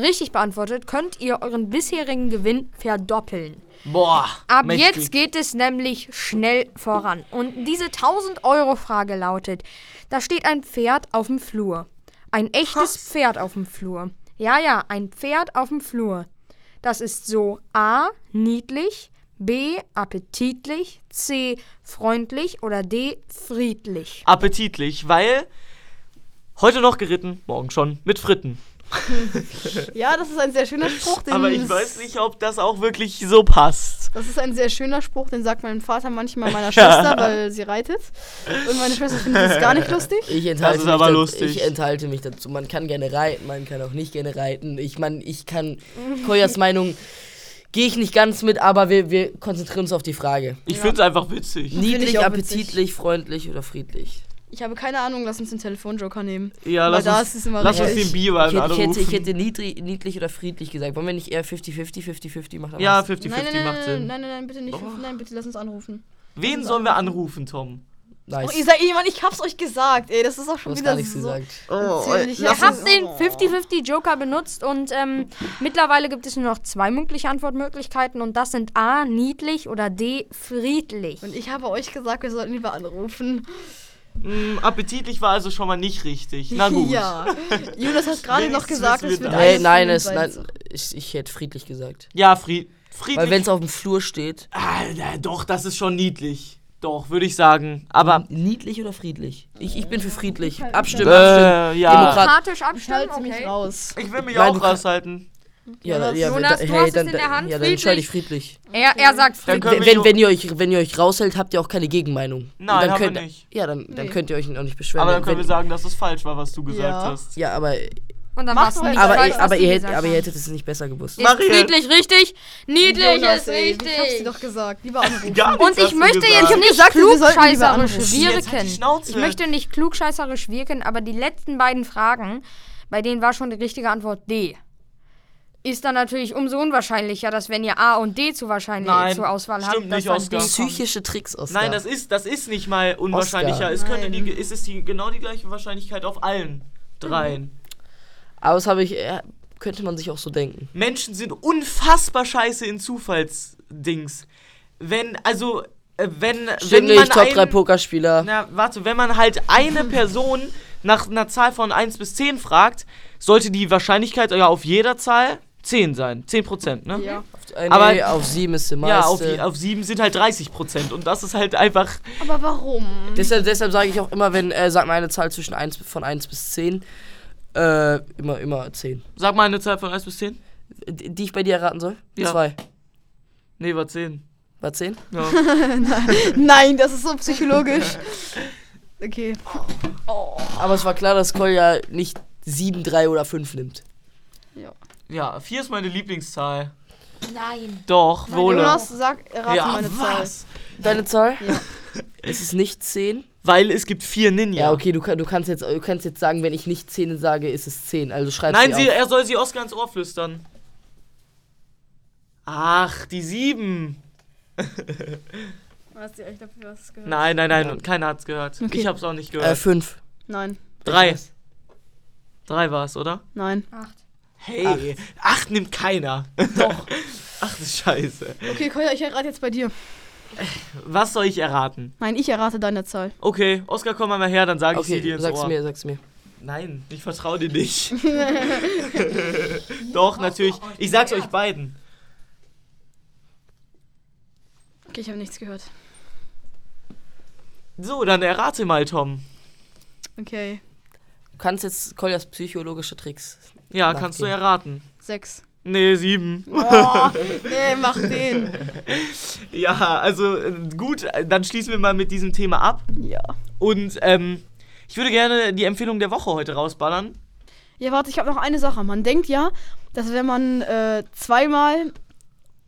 Speaker 4: richtig beantwortet, könnt ihr euren bisherigen Gewinn verdoppeln.
Speaker 3: Boah.
Speaker 4: Ab
Speaker 3: mächtig.
Speaker 4: jetzt geht es nämlich schnell voran. Und diese 1000 Euro Frage lautet, da steht ein Pferd auf dem Flur. Ein echtes Pferd auf dem Flur. Ja, ja, ein Pferd auf dem Flur. Das ist so A, niedlich, B, appetitlich, C, freundlich oder D, friedlich.
Speaker 3: appetitlich, weil heute noch geritten, morgen schon mit Fritten.
Speaker 1: Ja, das ist ein sehr schöner Spruch. Den
Speaker 3: Aber ich weiß nicht, ob das auch wirklich so passt.
Speaker 1: Das ist ein sehr schöner Spruch, den sagt mein Vater manchmal meiner Schwester, weil sie reitet. Und meine Schwester findet das gar nicht lustig.
Speaker 2: Ich enthalte,
Speaker 3: ist
Speaker 2: mich
Speaker 3: aber
Speaker 2: da-
Speaker 3: lustig.
Speaker 2: ich enthalte mich dazu. Man kann gerne reiten, man kann auch nicht gerne reiten. Ich meine, ich kann. Koyas Meinung gehe ich nicht ganz mit, aber wir, wir konzentrieren uns auf die Frage.
Speaker 3: Ich find's einfach witzig.
Speaker 1: ich
Speaker 2: Niedlich,
Speaker 1: auch
Speaker 2: appetitlich, freundlich oder friedlich?
Speaker 1: Ich habe keine Ahnung, lass uns den Telefonjoker nehmen.
Speaker 3: Ja,
Speaker 1: Weil
Speaker 3: lass
Speaker 1: da
Speaker 3: uns,
Speaker 1: ist es immer
Speaker 3: lass uns
Speaker 1: richtig.
Speaker 3: den Biber
Speaker 2: ich, hätte, ich, hätte,
Speaker 3: anrufen.
Speaker 2: ich hätte niedri, niedlich oder friedlich gesagt. Wollen wir nicht eher 50-50, 50-50 machen?
Speaker 3: ja,
Speaker 2: Was?
Speaker 3: 50-50
Speaker 1: nein, nein,
Speaker 3: macht
Speaker 1: nein,
Speaker 3: Sinn. Oh.
Speaker 1: nein, nein, nein, bitte nicht. Nein, bitte lass uns anrufen.
Speaker 3: Wen sollen wir anrufen, Tom?
Speaker 1: Oh,
Speaker 2: nice.
Speaker 1: ihr seid jemand, ich hab's euch gesagt, ey, das ist auch
Speaker 2: Du
Speaker 1: schon
Speaker 2: hast gar
Speaker 1: wieder
Speaker 2: nichts
Speaker 1: so.
Speaker 2: gesagt.
Speaker 3: Oh,
Speaker 1: Ziemlich-
Speaker 4: Ihr
Speaker 1: Ja,
Speaker 4: habt den 50-50 Joker benutzt und ähm, mittlerweile gibt es nur noch zwei mögliche Antwortmöglichkeiten und das sind A, niedlich oder D, friedlich.
Speaker 1: Und ich habe euch gesagt, wir sollten lieber anrufen.
Speaker 3: Hm, appetitlich war also schon mal nicht richtig. Na gut.
Speaker 1: Ja. Jonas hat gerade noch
Speaker 3: Wenigstens
Speaker 1: gesagt,
Speaker 3: wissen
Speaker 1: es
Speaker 3: wir
Speaker 1: wird
Speaker 3: das.
Speaker 2: Hey,
Speaker 1: alles
Speaker 2: nein,
Speaker 1: von den
Speaker 2: es,
Speaker 1: beiden
Speaker 2: nein
Speaker 1: Sachen.
Speaker 2: ich, ich hätte friedlich gesagt.
Speaker 3: Ja, Fried. Friedlich.
Speaker 2: Weil wenn es auf dem Flur steht.
Speaker 3: Alter, doch, das ist schon niedlich. Doch, würde ich sagen.
Speaker 2: Mhm.
Speaker 3: Aber.
Speaker 2: Niedlich oder friedlich? Ich, ich bin für friedlich. Abstimmen, abstimmen.
Speaker 3: Äh, ja.
Speaker 2: Demokrat-
Speaker 4: Demokratisch abstimmen,
Speaker 1: Schalte Halt mich
Speaker 4: okay.
Speaker 1: raus.
Speaker 3: Ich will mich
Speaker 2: Nein, du
Speaker 3: auch
Speaker 2: kannst-
Speaker 3: raushalten.
Speaker 2: Ja,
Speaker 1: Jonas,
Speaker 2: ja,
Speaker 4: Jonas,
Speaker 2: da-
Speaker 4: du
Speaker 2: hey,
Speaker 4: hast es
Speaker 2: dann,
Speaker 4: in der Hand,
Speaker 2: ja, dann entscheide ich friedlich.
Speaker 4: Er, er sagt
Speaker 3: Dann
Speaker 4: Frieden.
Speaker 2: Wenn,
Speaker 3: können wir
Speaker 2: wenn,
Speaker 3: die-
Speaker 2: wenn, ihr euch, wenn ihr euch raushält, habt ihr auch keine Gegenmeinung. Und
Speaker 3: Nein,
Speaker 2: dann
Speaker 3: haben wir
Speaker 2: könnt,
Speaker 3: nicht.
Speaker 2: Ja, dann, dann
Speaker 1: Nee.
Speaker 2: könnt ihr euch auch nicht beschweren.
Speaker 3: Aber dann können
Speaker 2: wenn,
Speaker 3: wir sagen, dass es falsch war, was du gesagt
Speaker 1: Ja.
Speaker 3: hast.
Speaker 2: Ja, aber,
Speaker 4: Und dann
Speaker 1: Mach
Speaker 4: war's
Speaker 1: doch
Speaker 4: nicht
Speaker 1: jetzt
Speaker 2: aber,
Speaker 1: weiß,
Speaker 4: falsch,
Speaker 2: ich,
Speaker 4: was
Speaker 2: aber,
Speaker 4: die
Speaker 2: ihr, hätt,
Speaker 4: gesagt
Speaker 2: aber ihr
Speaker 4: haben.
Speaker 2: hättet es nicht besser gewusst.
Speaker 4: Ist
Speaker 3: Mariel.
Speaker 4: friedlich richtig? Niedlich ist
Speaker 1: ey, Ich hab's dir
Speaker 4: richtig.
Speaker 1: doch gesagt. Lieber anrufen.
Speaker 3: Gar nichts
Speaker 4: Und ich
Speaker 3: hast du
Speaker 4: möchte
Speaker 3: gesagt.
Speaker 4: jetzt nicht
Speaker 1: gesagt, wir sollten lieber
Speaker 4: klugscheißerisch
Speaker 1: anrufen.
Speaker 3: Jetzt halt die
Speaker 4: wirken.
Speaker 3: Schnauze.
Speaker 4: Ich möchte nicht klugscheißerisch wirken, aber die letzten beiden Fragen, bei denen war schon die richtige Antwort D. Ist dann natürlich umso unwahrscheinlicher, dass wenn ihr A und D zu wahrscheinlich
Speaker 3: Nein,
Speaker 4: zur Auswahl habt,
Speaker 3: stimmt
Speaker 4: dass
Speaker 3: nicht,
Speaker 4: dann
Speaker 3: Oskar.
Speaker 4: D kommt.
Speaker 2: Psychische Tricks aus
Speaker 3: Nein, das ist, das ist nicht mal unwahrscheinlicher.
Speaker 2: Oscar.
Speaker 3: Es könnte die,
Speaker 1: Nein. Mhm.
Speaker 3: es ist die, genau die gleiche Wahrscheinlichkeit auf allen dreien.
Speaker 2: Aber das habe ich, äh, könnte man sich auch so denken.
Speaker 3: Menschen sind unfassbar scheiße in Zufallsdings. Wenn, also, äh, wenn, wenn
Speaker 2: Ständig
Speaker 3: man
Speaker 2: Top 3
Speaker 3: einen,
Speaker 2: Pokerspieler.
Speaker 3: Na, warte, wenn man halt eine Person nach einer Zahl von 1 bis 10 fragt, sollte die Wahrscheinlichkeit ja auf jeder Zahl 10 sein. 10 Prozent, ne?
Speaker 1: Ja.
Speaker 2: Äh,
Speaker 3: aber-
Speaker 2: nee, auf 7 ist die meiste.
Speaker 3: Ja, auf, auf 7 sind halt 30 Prozent. Und das ist halt einfach.
Speaker 1: Aber warum?
Speaker 2: Deshalb, deshalb sage ich auch immer, wenn, äh, sag mal eine Zahl zwischen 1, bis- von 1 bis 10, äh, immer, immer 10.
Speaker 3: Sag mal eine Zahl von 1 bis 10.
Speaker 2: Die, die ich bei dir erraten soll?
Speaker 3: Ja.
Speaker 2: 2.
Speaker 3: Nee, war 10.
Speaker 2: War 10?
Speaker 3: Ja.
Speaker 1: Nein, das ist so psychologisch. Okay.
Speaker 2: Aber es war klar, dass Kolja nicht 7, 3 oder 5 nimmt.
Speaker 3: ja, 4 ist meine Lieblingszahl.
Speaker 4: Nein.
Speaker 3: Doch, wohl.
Speaker 1: Jonas, sag, errate
Speaker 3: ja,
Speaker 1: meine Zahl.
Speaker 3: was?
Speaker 2: Deine Zahl?
Speaker 1: Ja.
Speaker 2: Es ist nicht 10.
Speaker 3: Weil es gibt vier Ninja.
Speaker 2: Ja, okay, du, kann- du, kannst jetzt, du kannst jetzt sagen, wenn ich nicht 10 sage, ist es 10. Also schreib
Speaker 3: Nein, sie,
Speaker 2: auf.
Speaker 3: er soll sie Oskar ins Ohr flüstern. Ach, die sieben.
Speaker 1: Hast du echt dafür was gehört?
Speaker 3: Nein, nein, nein, und keiner hat's gehört.
Speaker 1: Okay.
Speaker 3: Ich hab's auch nicht
Speaker 2: Äh,
Speaker 3: gehört.
Speaker 2: 5.
Speaker 1: Nein.
Speaker 2: Äh,
Speaker 3: Drei. Drei war's, oder?
Speaker 1: Nein.
Speaker 4: Acht.
Speaker 3: Hey, acht, nimmt keiner.
Speaker 1: Doch.
Speaker 3: Ach du Scheiße.
Speaker 1: Okay, Kolja, ich errate jetzt bei dir.
Speaker 3: Was soll ich erraten?
Speaker 1: Nein, ich errate deine Zahl.
Speaker 3: Okay, Oskar, komm mal her, dann sage ich sie dir
Speaker 2: Okay,
Speaker 3: ins
Speaker 2: sag's
Speaker 3: Ohr.
Speaker 2: mir, sag's mir.
Speaker 3: Nein, ich vertraue dir nicht. Doch, natürlich. Ich sag's euch beiden.
Speaker 1: Okay, ich habe nichts gehört.
Speaker 3: So, dann errate mal, Tom.
Speaker 1: Okay.
Speaker 2: Du kannst jetzt Koljas psychologische Tricks.
Speaker 3: Ja,
Speaker 2: Mach
Speaker 3: kannst du
Speaker 2: den.
Speaker 3: erraten.
Speaker 1: Sechs.
Speaker 3: Nee, sieben.
Speaker 1: Boah, nee, mach den.
Speaker 3: Ja, also äh, gut, äh, dann schließen wir mal mit diesem Thema ab.
Speaker 1: Ja.
Speaker 3: Und ähm, ich würde gerne die Empfehlung der Woche heute rausballern.
Speaker 1: Ja, warte, ich habe noch eine Sache. Man denkt ja, dass wenn man äh, zweimal,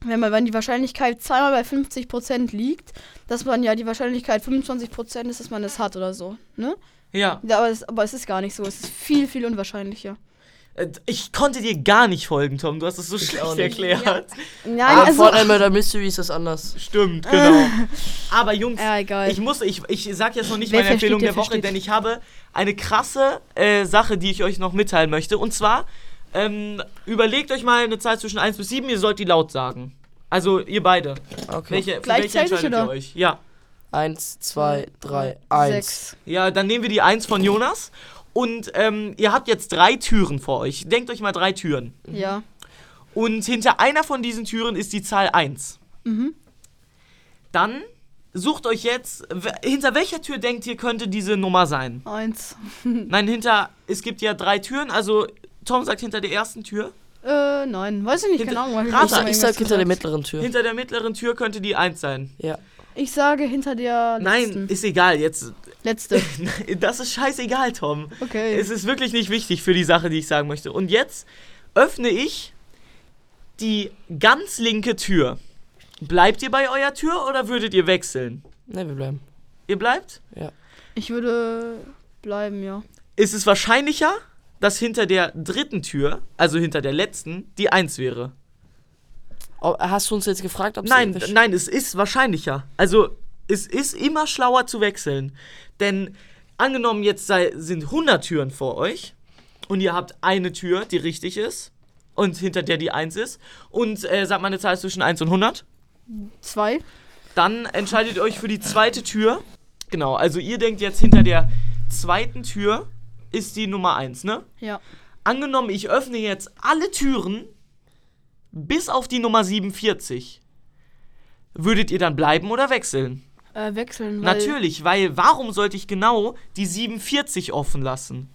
Speaker 1: wenn man wenn die Wahrscheinlichkeit zweimal bei 50% liegt, dass man ja die Wahrscheinlichkeit 25% ist, dass man es hat oder so. Ne?
Speaker 3: Ja.
Speaker 1: Ja, aber, es, aber es ist gar nicht so. Es ist viel, viel unwahrscheinlicher.
Speaker 3: Äh, Ich konnte dir gar nicht folgen, Tom. Du hast es so
Speaker 2: auch
Speaker 3: schlecht
Speaker 2: nicht.
Speaker 3: erklärt.
Speaker 1: Nein,
Speaker 2: Aber
Speaker 1: also.
Speaker 2: Ah, Fortnite Murder Mystery ist das anders.
Speaker 3: Stimmt, genau. Aber Jungs,
Speaker 1: Ja, egal.
Speaker 3: ich muss, ich, ich sag jetzt noch nicht
Speaker 1: Wer
Speaker 3: meine
Speaker 1: versteht,
Speaker 3: Empfehlung
Speaker 1: der
Speaker 3: der Woche,
Speaker 1: versteht.
Speaker 3: denn ich habe eine krasse äh, Sache, die ich euch noch mitteilen möchte. Und zwar, ähm, überlegt euch mal eine Zahl zwischen 1 bis 7, ihr sollt die laut sagen. Also ihr beide.
Speaker 2: Okay.
Speaker 3: Welche, Äh, für welche
Speaker 1: Gleichzeitig,
Speaker 3: entscheidet ihr
Speaker 1: oder?
Speaker 3: euch? Ja.
Speaker 2: Eins, zwei, drei, eins.
Speaker 1: Sechs.
Speaker 3: Ja, dann nehmen wir die 1 von Jonas. Und ähm, ihr habt jetzt drei Türen vor euch. Denkt euch mal drei Türen.
Speaker 1: Ja.
Speaker 3: Und hinter einer von diesen Türen ist die Zahl 1. Dann sucht euch jetzt, w- hinter welcher Tür denkt ihr, könnte diese Nummer sein?
Speaker 1: Eins.
Speaker 3: Nein, hinter, es gibt ja drei Türen, also Tom sagt hinter der ersten Tür.
Speaker 1: Äh, nein. Weiß ich nicht,
Speaker 3: Hinter-
Speaker 1: keine Ahnung. weil
Speaker 3: Rate,
Speaker 2: Ich, sag-
Speaker 1: hab
Speaker 2: ich
Speaker 1: irgendwas
Speaker 2: sag hinter der
Speaker 1: gesagt.
Speaker 2: mittleren Tür.
Speaker 3: Hinter der mittleren Tür könnte die 1 sein.
Speaker 2: Ja.
Speaker 1: Ich sage hinter der letzten.
Speaker 3: Nein, ist egal, jetzt,
Speaker 1: Letzte.
Speaker 3: das ist scheißegal, Tom.
Speaker 1: Okay.
Speaker 3: Es ist wirklich nicht wichtig für die Sache, die ich sagen möchte. Und jetzt öffne ich die ganz linke Tür. Bleibt ihr bei eurer Tür oder würdet ihr wechseln?
Speaker 2: Ne, wir bleiben.
Speaker 3: Ihr bleibt?
Speaker 1: ich würde bleiben, ja.
Speaker 3: Ist es wahrscheinlicher, dass hinter der dritten Tür, also hinter der letzten, die Eins wäre?
Speaker 2: Oh, hast du uns jetzt gefragt, ob
Speaker 3: Nein,
Speaker 2: sie
Speaker 3: nein, es ist wahrscheinlicher. Also es ist immer schlauer zu wechseln. Denn angenommen, jetzt sei, sind 100 Türen vor euch und ihr habt eine Tür, die richtig ist und hinter der die 1 ist und äh, sagt mal eine Zahl zwischen 1 und 100,
Speaker 1: Zwei.
Speaker 3: dann entscheidet ihr euch für die zweite Tür. Genau, also ihr denkt jetzt hinter der zweiten Tür ist die Nummer 1, ne?
Speaker 1: Ja.
Speaker 3: Angenommen, ich öffne jetzt alle Türen, bis auf die Nummer 47. Würdet ihr dann bleiben oder wechseln?
Speaker 1: Äh, wechseln. Weil,
Speaker 3: Natürlich, weil warum sollte ich genau die 47 offen lassen?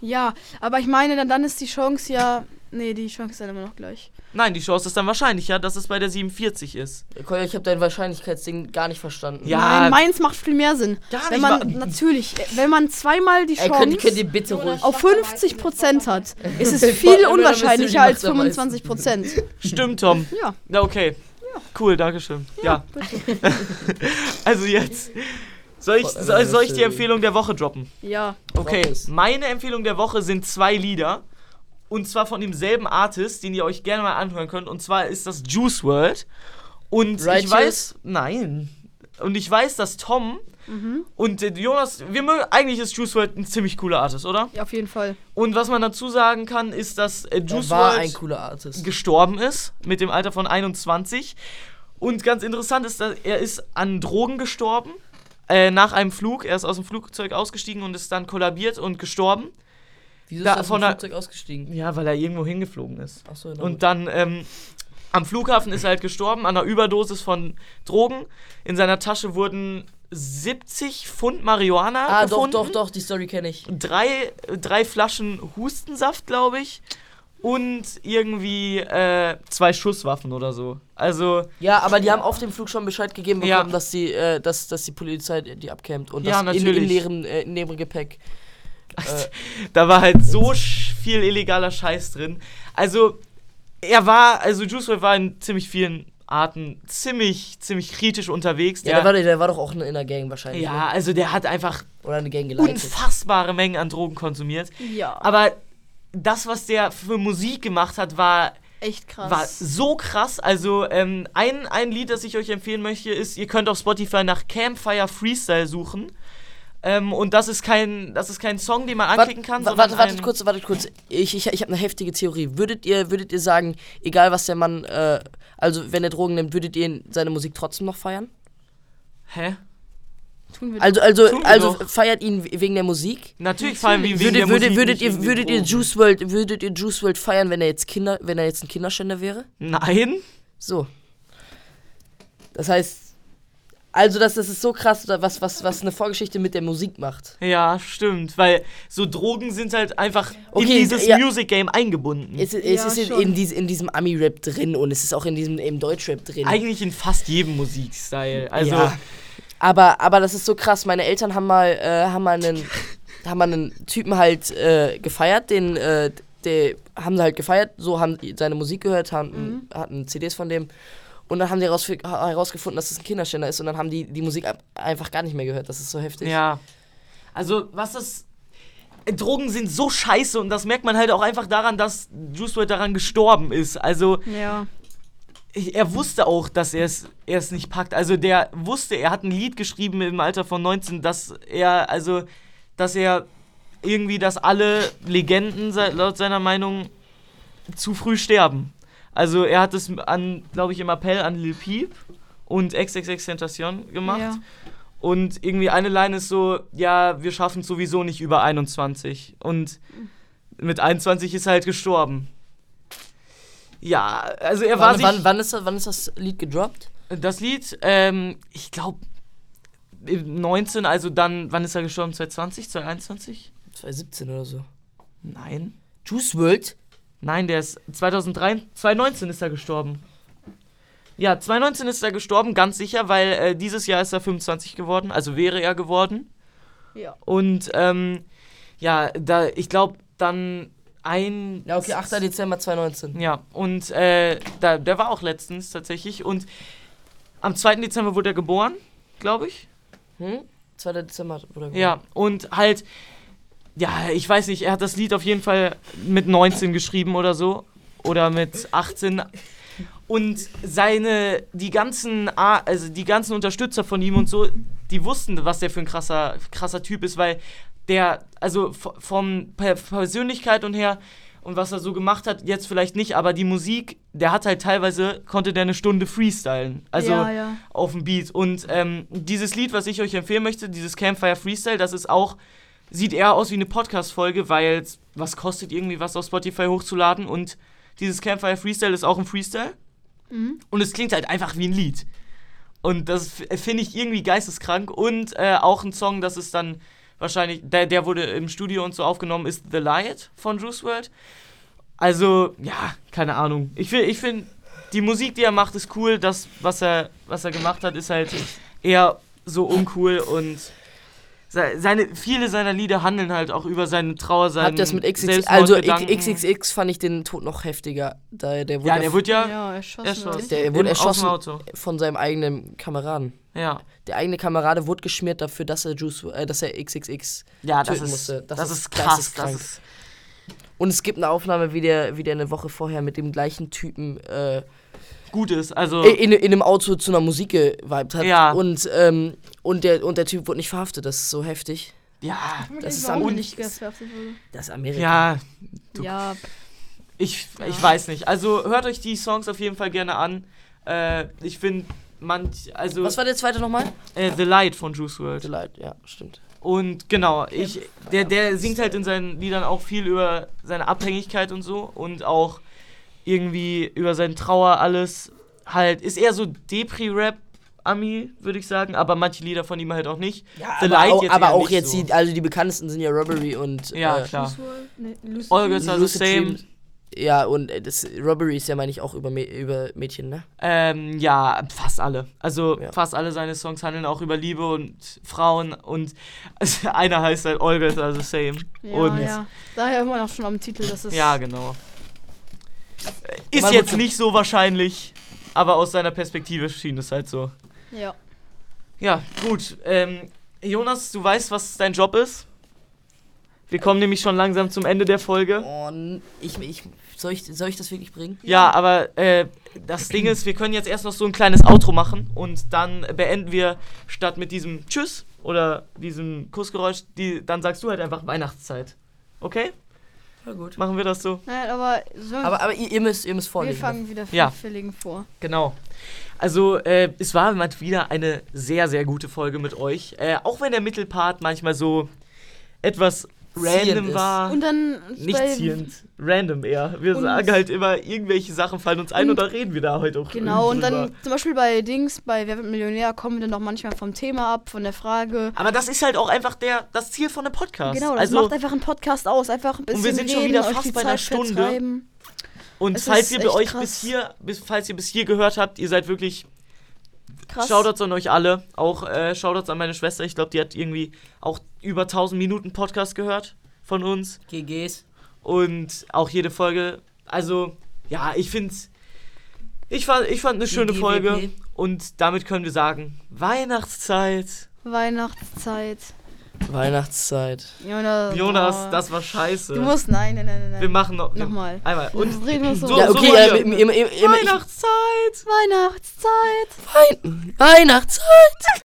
Speaker 1: Ja, aber ich meine, dann, dann ist die Chance ja. Nee, die Chance ist dann immer noch gleich.
Speaker 3: Nein, die Chance ist dann wahrscheinlich, ja, dass es bei der 47 ist.
Speaker 2: Kolja, ich habe dein Wahrscheinlichkeitsding gar nicht verstanden.
Speaker 3: Ja,
Speaker 1: Nein, meins macht viel mehr Sinn.
Speaker 3: Gar
Speaker 1: wenn
Speaker 3: nicht
Speaker 1: man,
Speaker 3: wahr.
Speaker 1: natürlich, äh, wenn man zweimal die
Speaker 2: Ey, Äh, könnt, könnt
Speaker 1: Chance
Speaker 2: ihr bitte ruhig.
Speaker 1: auf 50% hat, ist es viel
Speaker 2: Nur damit
Speaker 1: unwahrscheinlicher
Speaker 2: du
Speaker 1: als
Speaker 2: die Macht
Speaker 1: 25%.
Speaker 3: Stimmt, Tom.
Speaker 1: Ja,
Speaker 3: Na, okay. Cool, Dankeschön. Ja. also jetzt. Soll ich, soll, soll ich die Empfehlung der Woche droppen?
Speaker 1: ja.
Speaker 3: Okay,
Speaker 2: Drop es.
Speaker 3: meine Empfehlung der Woche sind zwei Lieder. Und zwar von demselben Artist, den ihr euch gerne mal anhören könnt. Und zwar ist das Juice World. Und ich
Speaker 2: Righteous?
Speaker 3: weiß. Nein. Und ich weiß, dass Tom
Speaker 2: Mhm.
Speaker 3: und äh, Jonas. Wir mögen, eigentlich ist Juice World ein ziemlich cooler Artist, oder?
Speaker 1: Ja, auf jeden Fall.
Speaker 3: Und was man dazu sagen kann, ist, dass äh, Juice
Speaker 2: Er war
Speaker 3: World
Speaker 2: ein cooler Artist.
Speaker 3: gestorben ist, mit dem Alter von 21. Und ganz interessant ist, dass er ist an Drogen gestorben, äh, nach einem Flug. Er ist aus dem Flugzeug ausgestiegen und ist dann kollabiert und gestorben.
Speaker 2: Wieso
Speaker 3: Da-
Speaker 2: ist er aus
Speaker 3: von
Speaker 2: dem
Speaker 3: der-
Speaker 2: Flugzeug ausgestiegen?
Speaker 3: Ja, weil er irgendwo hingeflogen ist.
Speaker 2: Achso,
Speaker 3: Und dann ähm, am Flughafen ist er halt gestorben, an einer Überdosis von Drogen. In seiner Tasche wurden 70 Pfund Marihuana
Speaker 2: Ah, doch,
Speaker 3: gefunden.
Speaker 2: doch, doch, die Story kenne ich.
Speaker 3: drei, drei Flaschen Hustensaft, glaube ich. Und irgendwie äh, zwei Schusswaffen oder so. Also,
Speaker 2: Ja, aber die haben auf dem Flug schon Bescheid gegeben
Speaker 3: Ja.
Speaker 2: bekommen, dass, die, äh, dass, dass die Polizei die abkämmt und
Speaker 3: Ja,
Speaker 2: dass in, in,
Speaker 3: natürlich.
Speaker 2: deren, äh, in deren Gepäck.
Speaker 3: da war halt so sch- viel illegaler Scheiß drin. Also, er war, also Juice WRLD war in ziemlich vielen Arten ziemlich, ziemlich kritisch unterwegs.
Speaker 2: Ja, Der, war, der war doch auch in einer Gang wahrscheinlich.
Speaker 3: ja, also der hat einfach
Speaker 2: ne? Oder eine Gang geleitet.
Speaker 3: unfassbare Mengen an Drogen konsumiert.
Speaker 1: Ja,
Speaker 3: Aber das, was der für Musik gemacht hat, war
Speaker 1: echt krass.
Speaker 3: War so krass. Also, ähm, ein, ein Lied, das ich euch empfehlen möchte, ist, ihr könnt auf Spotify nach Campfire Freestyle suchen. Ähm, und das ist kein, das ist kein Song, den man anklicken kann,
Speaker 2: Wa- wa-
Speaker 3: sondern
Speaker 2: Wartet, wartet
Speaker 3: ein-
Speaker 2: kurz, wartet kurz. Ich, ich, ich habe eine heftige Theorie. Würdet ihr, würdet ihr sagen, egal was der Mann, äh, also wenn er Drogen nimmt, würdet ihr ihn- seine Musik trotzdem noch feiern?
Speaker 3: Hä?
Speaker 1: Tun wir
Speaker 2: Also, also,
Speaker 3: Tun wir
Speaker 2: also
Speaker 3: doch.
Speaker 2: feiert ihn we- wegen der Musik?
Speaker 3: Natürlich fallen wir wegen
Speaker 2: Würde,
Speaker 3: der
Speaker 2: würde,
Speaker 3: Musik
Speaker 2: würdet,
Speaker 3: nicht
Speaker 2: ihr,
Speaker 3: wegen den
Speaker 2: würdet ihr
Speaker 3: Drogen.
Speaker 2: Juice World, würdet ihr Juice World feiern, wenn er jetzt Kinder, wenn er jetzt ein Kinderschänder wäre?
Speaker 3: Nein?
Speaker 2: So. Das heißt, also das, das ist so krass, was, was, was eine Vorgeschichte mit der Musik macht.
Speaker 3: Ja, stimmt. Weil so Drogen sind halt einfach in
Speaker 2: Okay,
Speaker 3: dieses
Speaker 2: ja.
Speaker 3: Music Game eingebunden.
Speaker 2: Es, es
Speaker 1: Ja,
Speaker 2: ist in,
Speaker 1: schon.
Speaker 2: in, dies, in diesem Ami-Rap drin und es ist auch in diesem im Deutschrap drin.
Speaker 3: Eigentlich in fast jedem Musikstil. Also,
Speaker 2: Ja. Aber, aber das ist so krass. Meine Eltern haben mal, äh, haben mal einen, haben mal einen Typen halt äh, gefeiert, den, äh, der haben sie halt gefeiert, so haben die seine Musik gehört,
Speaker 1: Mhm.
Speaker 2: haben, hatten CDs von dem. Und dann haben die herausf- herausgefunden, dass es ein Kinderständer ist und dann haben die die Musik ab- einfach gar nicht mehr gehört. Das ist so heftig.
Speaker 3: Ja. Also, was das. Drogen sind so scheiße und das merkt man halt auch einfach daran, dass Juice WRLD daran gestorben ist. Also,
Speaker 1: ja.
Speaker 3: er wusste auch, dass er es, er es nicht packt. Also, der wusste, er hat ein Lied geschrieben im Alter von 19, dass er, also, dass er irgendwie, dass alle Legenden se- laut seiner Meinung zu früh sterben. Also, er hat es an, glaube ich, im Appell an Lil Peep und XXX Tentacion gemacht.
Speaker 1: Ja.
Speaker 3: Und irgendwie eine Line ist so, ja, wir schaffen es sowieso nicht über 21. Und mit 21 ist er halt gestorben. Ja, also er war
Speaker 2: Wann,
Speaker 3: sich...
Speaker 2: wann, wann, ist das, wann ist das Lied gedroppt?
Speaker 3: Das Lied, ähm, ich glaube 19, also dann, wann ist er gestorben? 2020, 2021?
Speaker 2: 2017 oder so.
Speaker 3: Nein.
Speaker 2: Juice World?
Speaker 3: Nein, der ist 2003, 2019 ist er gestorben. Ja, 2019 ist er gestorben, ganz sicher, weil äh, dieses Jahr ist er 25 geworden, also wäre er geworden.
Speaker 1: Ja.
Speaker 3: Und ähm, ja, da ich glaube dann ein
Speaker 2: Ja, okay, 8. Dezember 2019.
Speaker 3: ja, und äh, da, der war auch letztens tatsächlich und am 2. Dezember wurde er geboren, glaube ich.
Speaker 2: Hm? 2. Dezember oder
Speaker 3: Ja, und halt, ja, ich weiß nicht, er hat das Lied auf jeden Fall mit 19 geschrieben oder so. Oder mit 18. Und seine, die ganzen, A- also die ganzen Unterstützer von ihm und so, die wussten, was der für ein krasser, krasser Typ ist, weil der, also v- vom Per- Persönlichkeit und her und was er so gemacht hat, jetzt vielleicht nicht, aber die Musik, der hat halt teilweise, konnte der eine Stunde freestylen. Also,
Speaker 1: ja, ja.
Speaker 3: auf dem Beat. Und ähm, dieses Lied, was ich euch empfehlen möchte, dieses Campfire Freestyle, das ist auch, sieht eher aus wie eine Podcast-Folge, weil was kostet irgendwie was auf Spotify hochzuladen und Dieses Campfire Freestyle ist auch ein Freestyle.
Speaker 2: Mhm.
Speaker 3: Und es klingt halt einfach wie ein Lied. Und das f- finde ich irgendwie geisteskrank. Und äh, auch ein Song, das ist dann wahrscheinlich, der, der wurde im Studio und so aufgenommen, ist The Light von Juice World. Also, ja, keine Ahnung. Ich, fi- ich finde, die Musik, die er macht, ist cool. Das, was er, was er gemacht hat, ist halt eher so uncool und se- seine, viele seiner Lieder handeln halt auch über seine Trauer, seinen
Speaker 2: Habt ihr das mit XXX? Also
Speaker 3: Selbstmordgedanken.
Speaker 2: XXX fand ich den Tod noch heftiger. Da, der wurde,
Speaker 3: Ja, der wurde ja,
Speaker 1: Ja, erschossen.
Speaker 3: erschossen.
Speaker 2: Der wurde
Speaker 3: Im- aus dem
Speaker 2: erschossen.
Speaker 3: Auto.
Speaker 2: von seinem eigenen Kameraden.
Speaker 3: Ja.
Speaker 2: Der eigene Kamerade wurde geschmiert dafür, dass er Juice, äh, dass er XXX.
Speaker 3: Ja, das
Speaker 2: töten
Speaker 3: ist,
Speaker 2: musste.
Speaker 3: Das,
Speaker 2: Das
Speaker 3: ist,
Speaker 2: ist-
Speaker 3: krass.
Speaker 2: das ist
Speaker 3: Das
Speaker 2: krank.
Speaker 3: ist,
Speaker 2: Und es gibt eine Aufnahme, wie der, wie der eine Woche vorher mit dem gleichen Typen äh,
Speaker 3: gut ist. Also,
Speaker 2: in, in einem Auto zu einer Musik geweibt hat.
Speaker 3: Ja.
Speaker 2: Und, ähm, und, der, und der Typ wurde nicht verhaftet. Das ist so heftig.
Speaker 3: ja,
Speaker 2: Das ist
Speaker 1: warum
Speaker 2: am-
Speaker 1: nicht gefertigt wurde.
Speaker 2: Das ist Amerika.
Speaker 3: ja, Du-
Speaker 1: Ja,
Speaker 3: ich, ich weiß nicht. Also, hört euch die Songs auf jeden Fall gerne an. Äh, ich finde, manch, also,
Speaker 2: Was war der zweite nochmal?
Speaker 3: äh, The Light von Juice WRLD.
Speaker 2: Delight, ja, stimmt.
Speaker 3: Und genau, ich, der, der singt halt in seinen Liedern auch viel über seine Abhängigkeit und so und auch irgendwie über seine Trauer alles. Halt, ist eher so Depri-Rap. Ami, würde ich sagen, aber manche Lieder von ihm halt auch nicht.
Speaker 2: Ja,
Speaker 3: The
Speaker 2: aber
Speaker 3: Light
Speaker 2: auch,
Speaker 3: jetzt
Speaker 2: aber
Speaker 3: eher
Speaker 2: auch
Speaker 3: nicht
Speaker 2: jetzt
Speaker 3: so.
Speaker 2: die, also die bekanntesten sind ja Robbery und
Speaker 3: Ja,
Speaker 2: äh,
Speaker 3: klar.
Speaker 1: Ne, Lucid
Speaker 3: All
Speaker 1: Dream.
Speaker 3: Girls Are the
Speaker 2: Lucid
Speaker 3: also Same.
Speaker 2: Dreams. Ja, und äh, das Robbery ist ja, meine ich, auch über, Mä- über Mädchen, ne?
Speaker 3: Ähm, ja, fast alle. Also
Speaker 2: Ja.
Speaker 3: fast alle seine Songs handeln auch über Liebe und Frauen und einer heißt halt All Girls Are the Same.
Speaker 1: Ja,
Speaker 3: und
Speaker 1: ja. Daher hört man auch schon am Titel, dass es.
Speaker 3: ja, genau. Äh, Ist
Speaker 2: Man
Speaker 3: jetzt
Speaker 2: muss-
Speaker 3: nicht so wahrscheinlich, aber aus seiner Perspektive schien es halt so.
Speaker 1: ja.
Speaker 3: Ja, gut. Ähm, Jonas, du weißt, was dein Job ist? Wir kommen nämlich schon langsam zum Ende der Folge.
Speaker 2: Und ich, ich, soll, ich, soll ich das wirklich bringen?
Speaker 3: Ja, aber äh, das Ding ist, wir können jetzt erst noch so ein kleines Outro machen und dann beenden wir statt mit diesem Tschüss oder diesem Kussgeräusch, die, dann sagst du halt einfach Weihnachtszeit. Okay?
Speaker 2: Ja, gut.
Speaker 3: Machen wir das so?
Speaker 1: Nein, aber, so,
Speaker 2: Aber, aber ihr, ihr, müsst, ihr müsst
Speaker 1: wir
Speaker 2: vorlesen.
Speaker 1: fangen wieder
Speaker 3: Ja.
Speaker 1: völligen vor.
Speaker 3: Genau. Also, äh, es war mal wieder eine sehr, sehr gute Folge mit euch. Äh, auch wenn der Mittelpart manchmal so etwas
Speaker 2: Zielend
Speaker 3: random
Speaker 2: ist.
Speaker 3: war.
Speaker 1: Und dann.
Speaker 3: nicht
Speaker 1: bei-
Speaker 3: zielend, random eher. Wir
Speaker 1: Und-
Speaker 3: sagen halt immer, irgendwelche Sachen fallen uns
Speaker 1: Und-
Speaker 3: ein und da reden wir da heute auch
Speaker 1: Genau, und
Speaker 3: drüber.
Speaker 1: dann zum Beispiel bei Dings, bei Wer wird Millionär, kommen wir dann noch manchmal vom Thema ab, von der Frage.
Speaker 3: Aber das ist halt auch einfach der, das Ziel von einem Podcast.
Speaker 1: Genau, das
Speaker 3: also,
Speaker 1: macht einfach einen Podcast aus. Einfach ein bisschen
Speaker 3: sind
Speaker 1: reden,
Speaker 3: schon wieder
Speaker 1: euch
Speaker 3: fast
Speaker 1: die
Speaker 3: bei einer
Speaker 1: Zeit
Speaker 3: Stunde.
Speaker 1: vertreiben.
Speaker 3: und
Speaker 1: es
Speaker 3: falls
Speaker 1: ist
Speaker 3: ihr bei
Speaker 1: echt
Speaker 3: euch
Speaker 1: krass.
Speaker 3: bis hier, bis, falls ihr bis hier gehört habt, ihr seid wirklich
Speaker 1: Krass.
Speaker 3: Shoutouts an euch alle. Auch äh, Shoutouts an meine Schwester. Ich glaube, die hat irgendwie auch über 1000 Minuten Podcast gehört von uns.
Speaker 2: GGs.
Speaker 3: Und auch jede Folge. Also, ja, ich finde ich fand, ich fand eine schöne
Speaker 2: GGWP.
Speaker 3: Folge. Und damit können wir sagen, Weihnachtszeit.
Speaker 1: Weihnachtszeit.
Speaker 2: Weihnachtszeit.
Speaker 1: Jonas.
Speaker 3: Jonas,
Speaker 1: oh.
Speaker 3: das war scheiße.
Speaker 1: Du musst. Nein, nein, nein, nein. nein.
Speaker 3: wir machen noch,
Speaker 1: Nochmal.
Speaker 3: Einmal.
Speaker 1: Und
Speaker 3: Und
Speaker 1: drehen wir uns
Speaker 3: Oh, so- äh,
Speaker 1: so. um
Speaker 2: ja, okay,
Speaker 3: hier.
Speaker 2: äh, im, im, im, im, ich,
Speaker 3: Weihnachtszeit.
Speaker 1: Weihnachtszeit.
Speaker 2: Weihnachtszeit.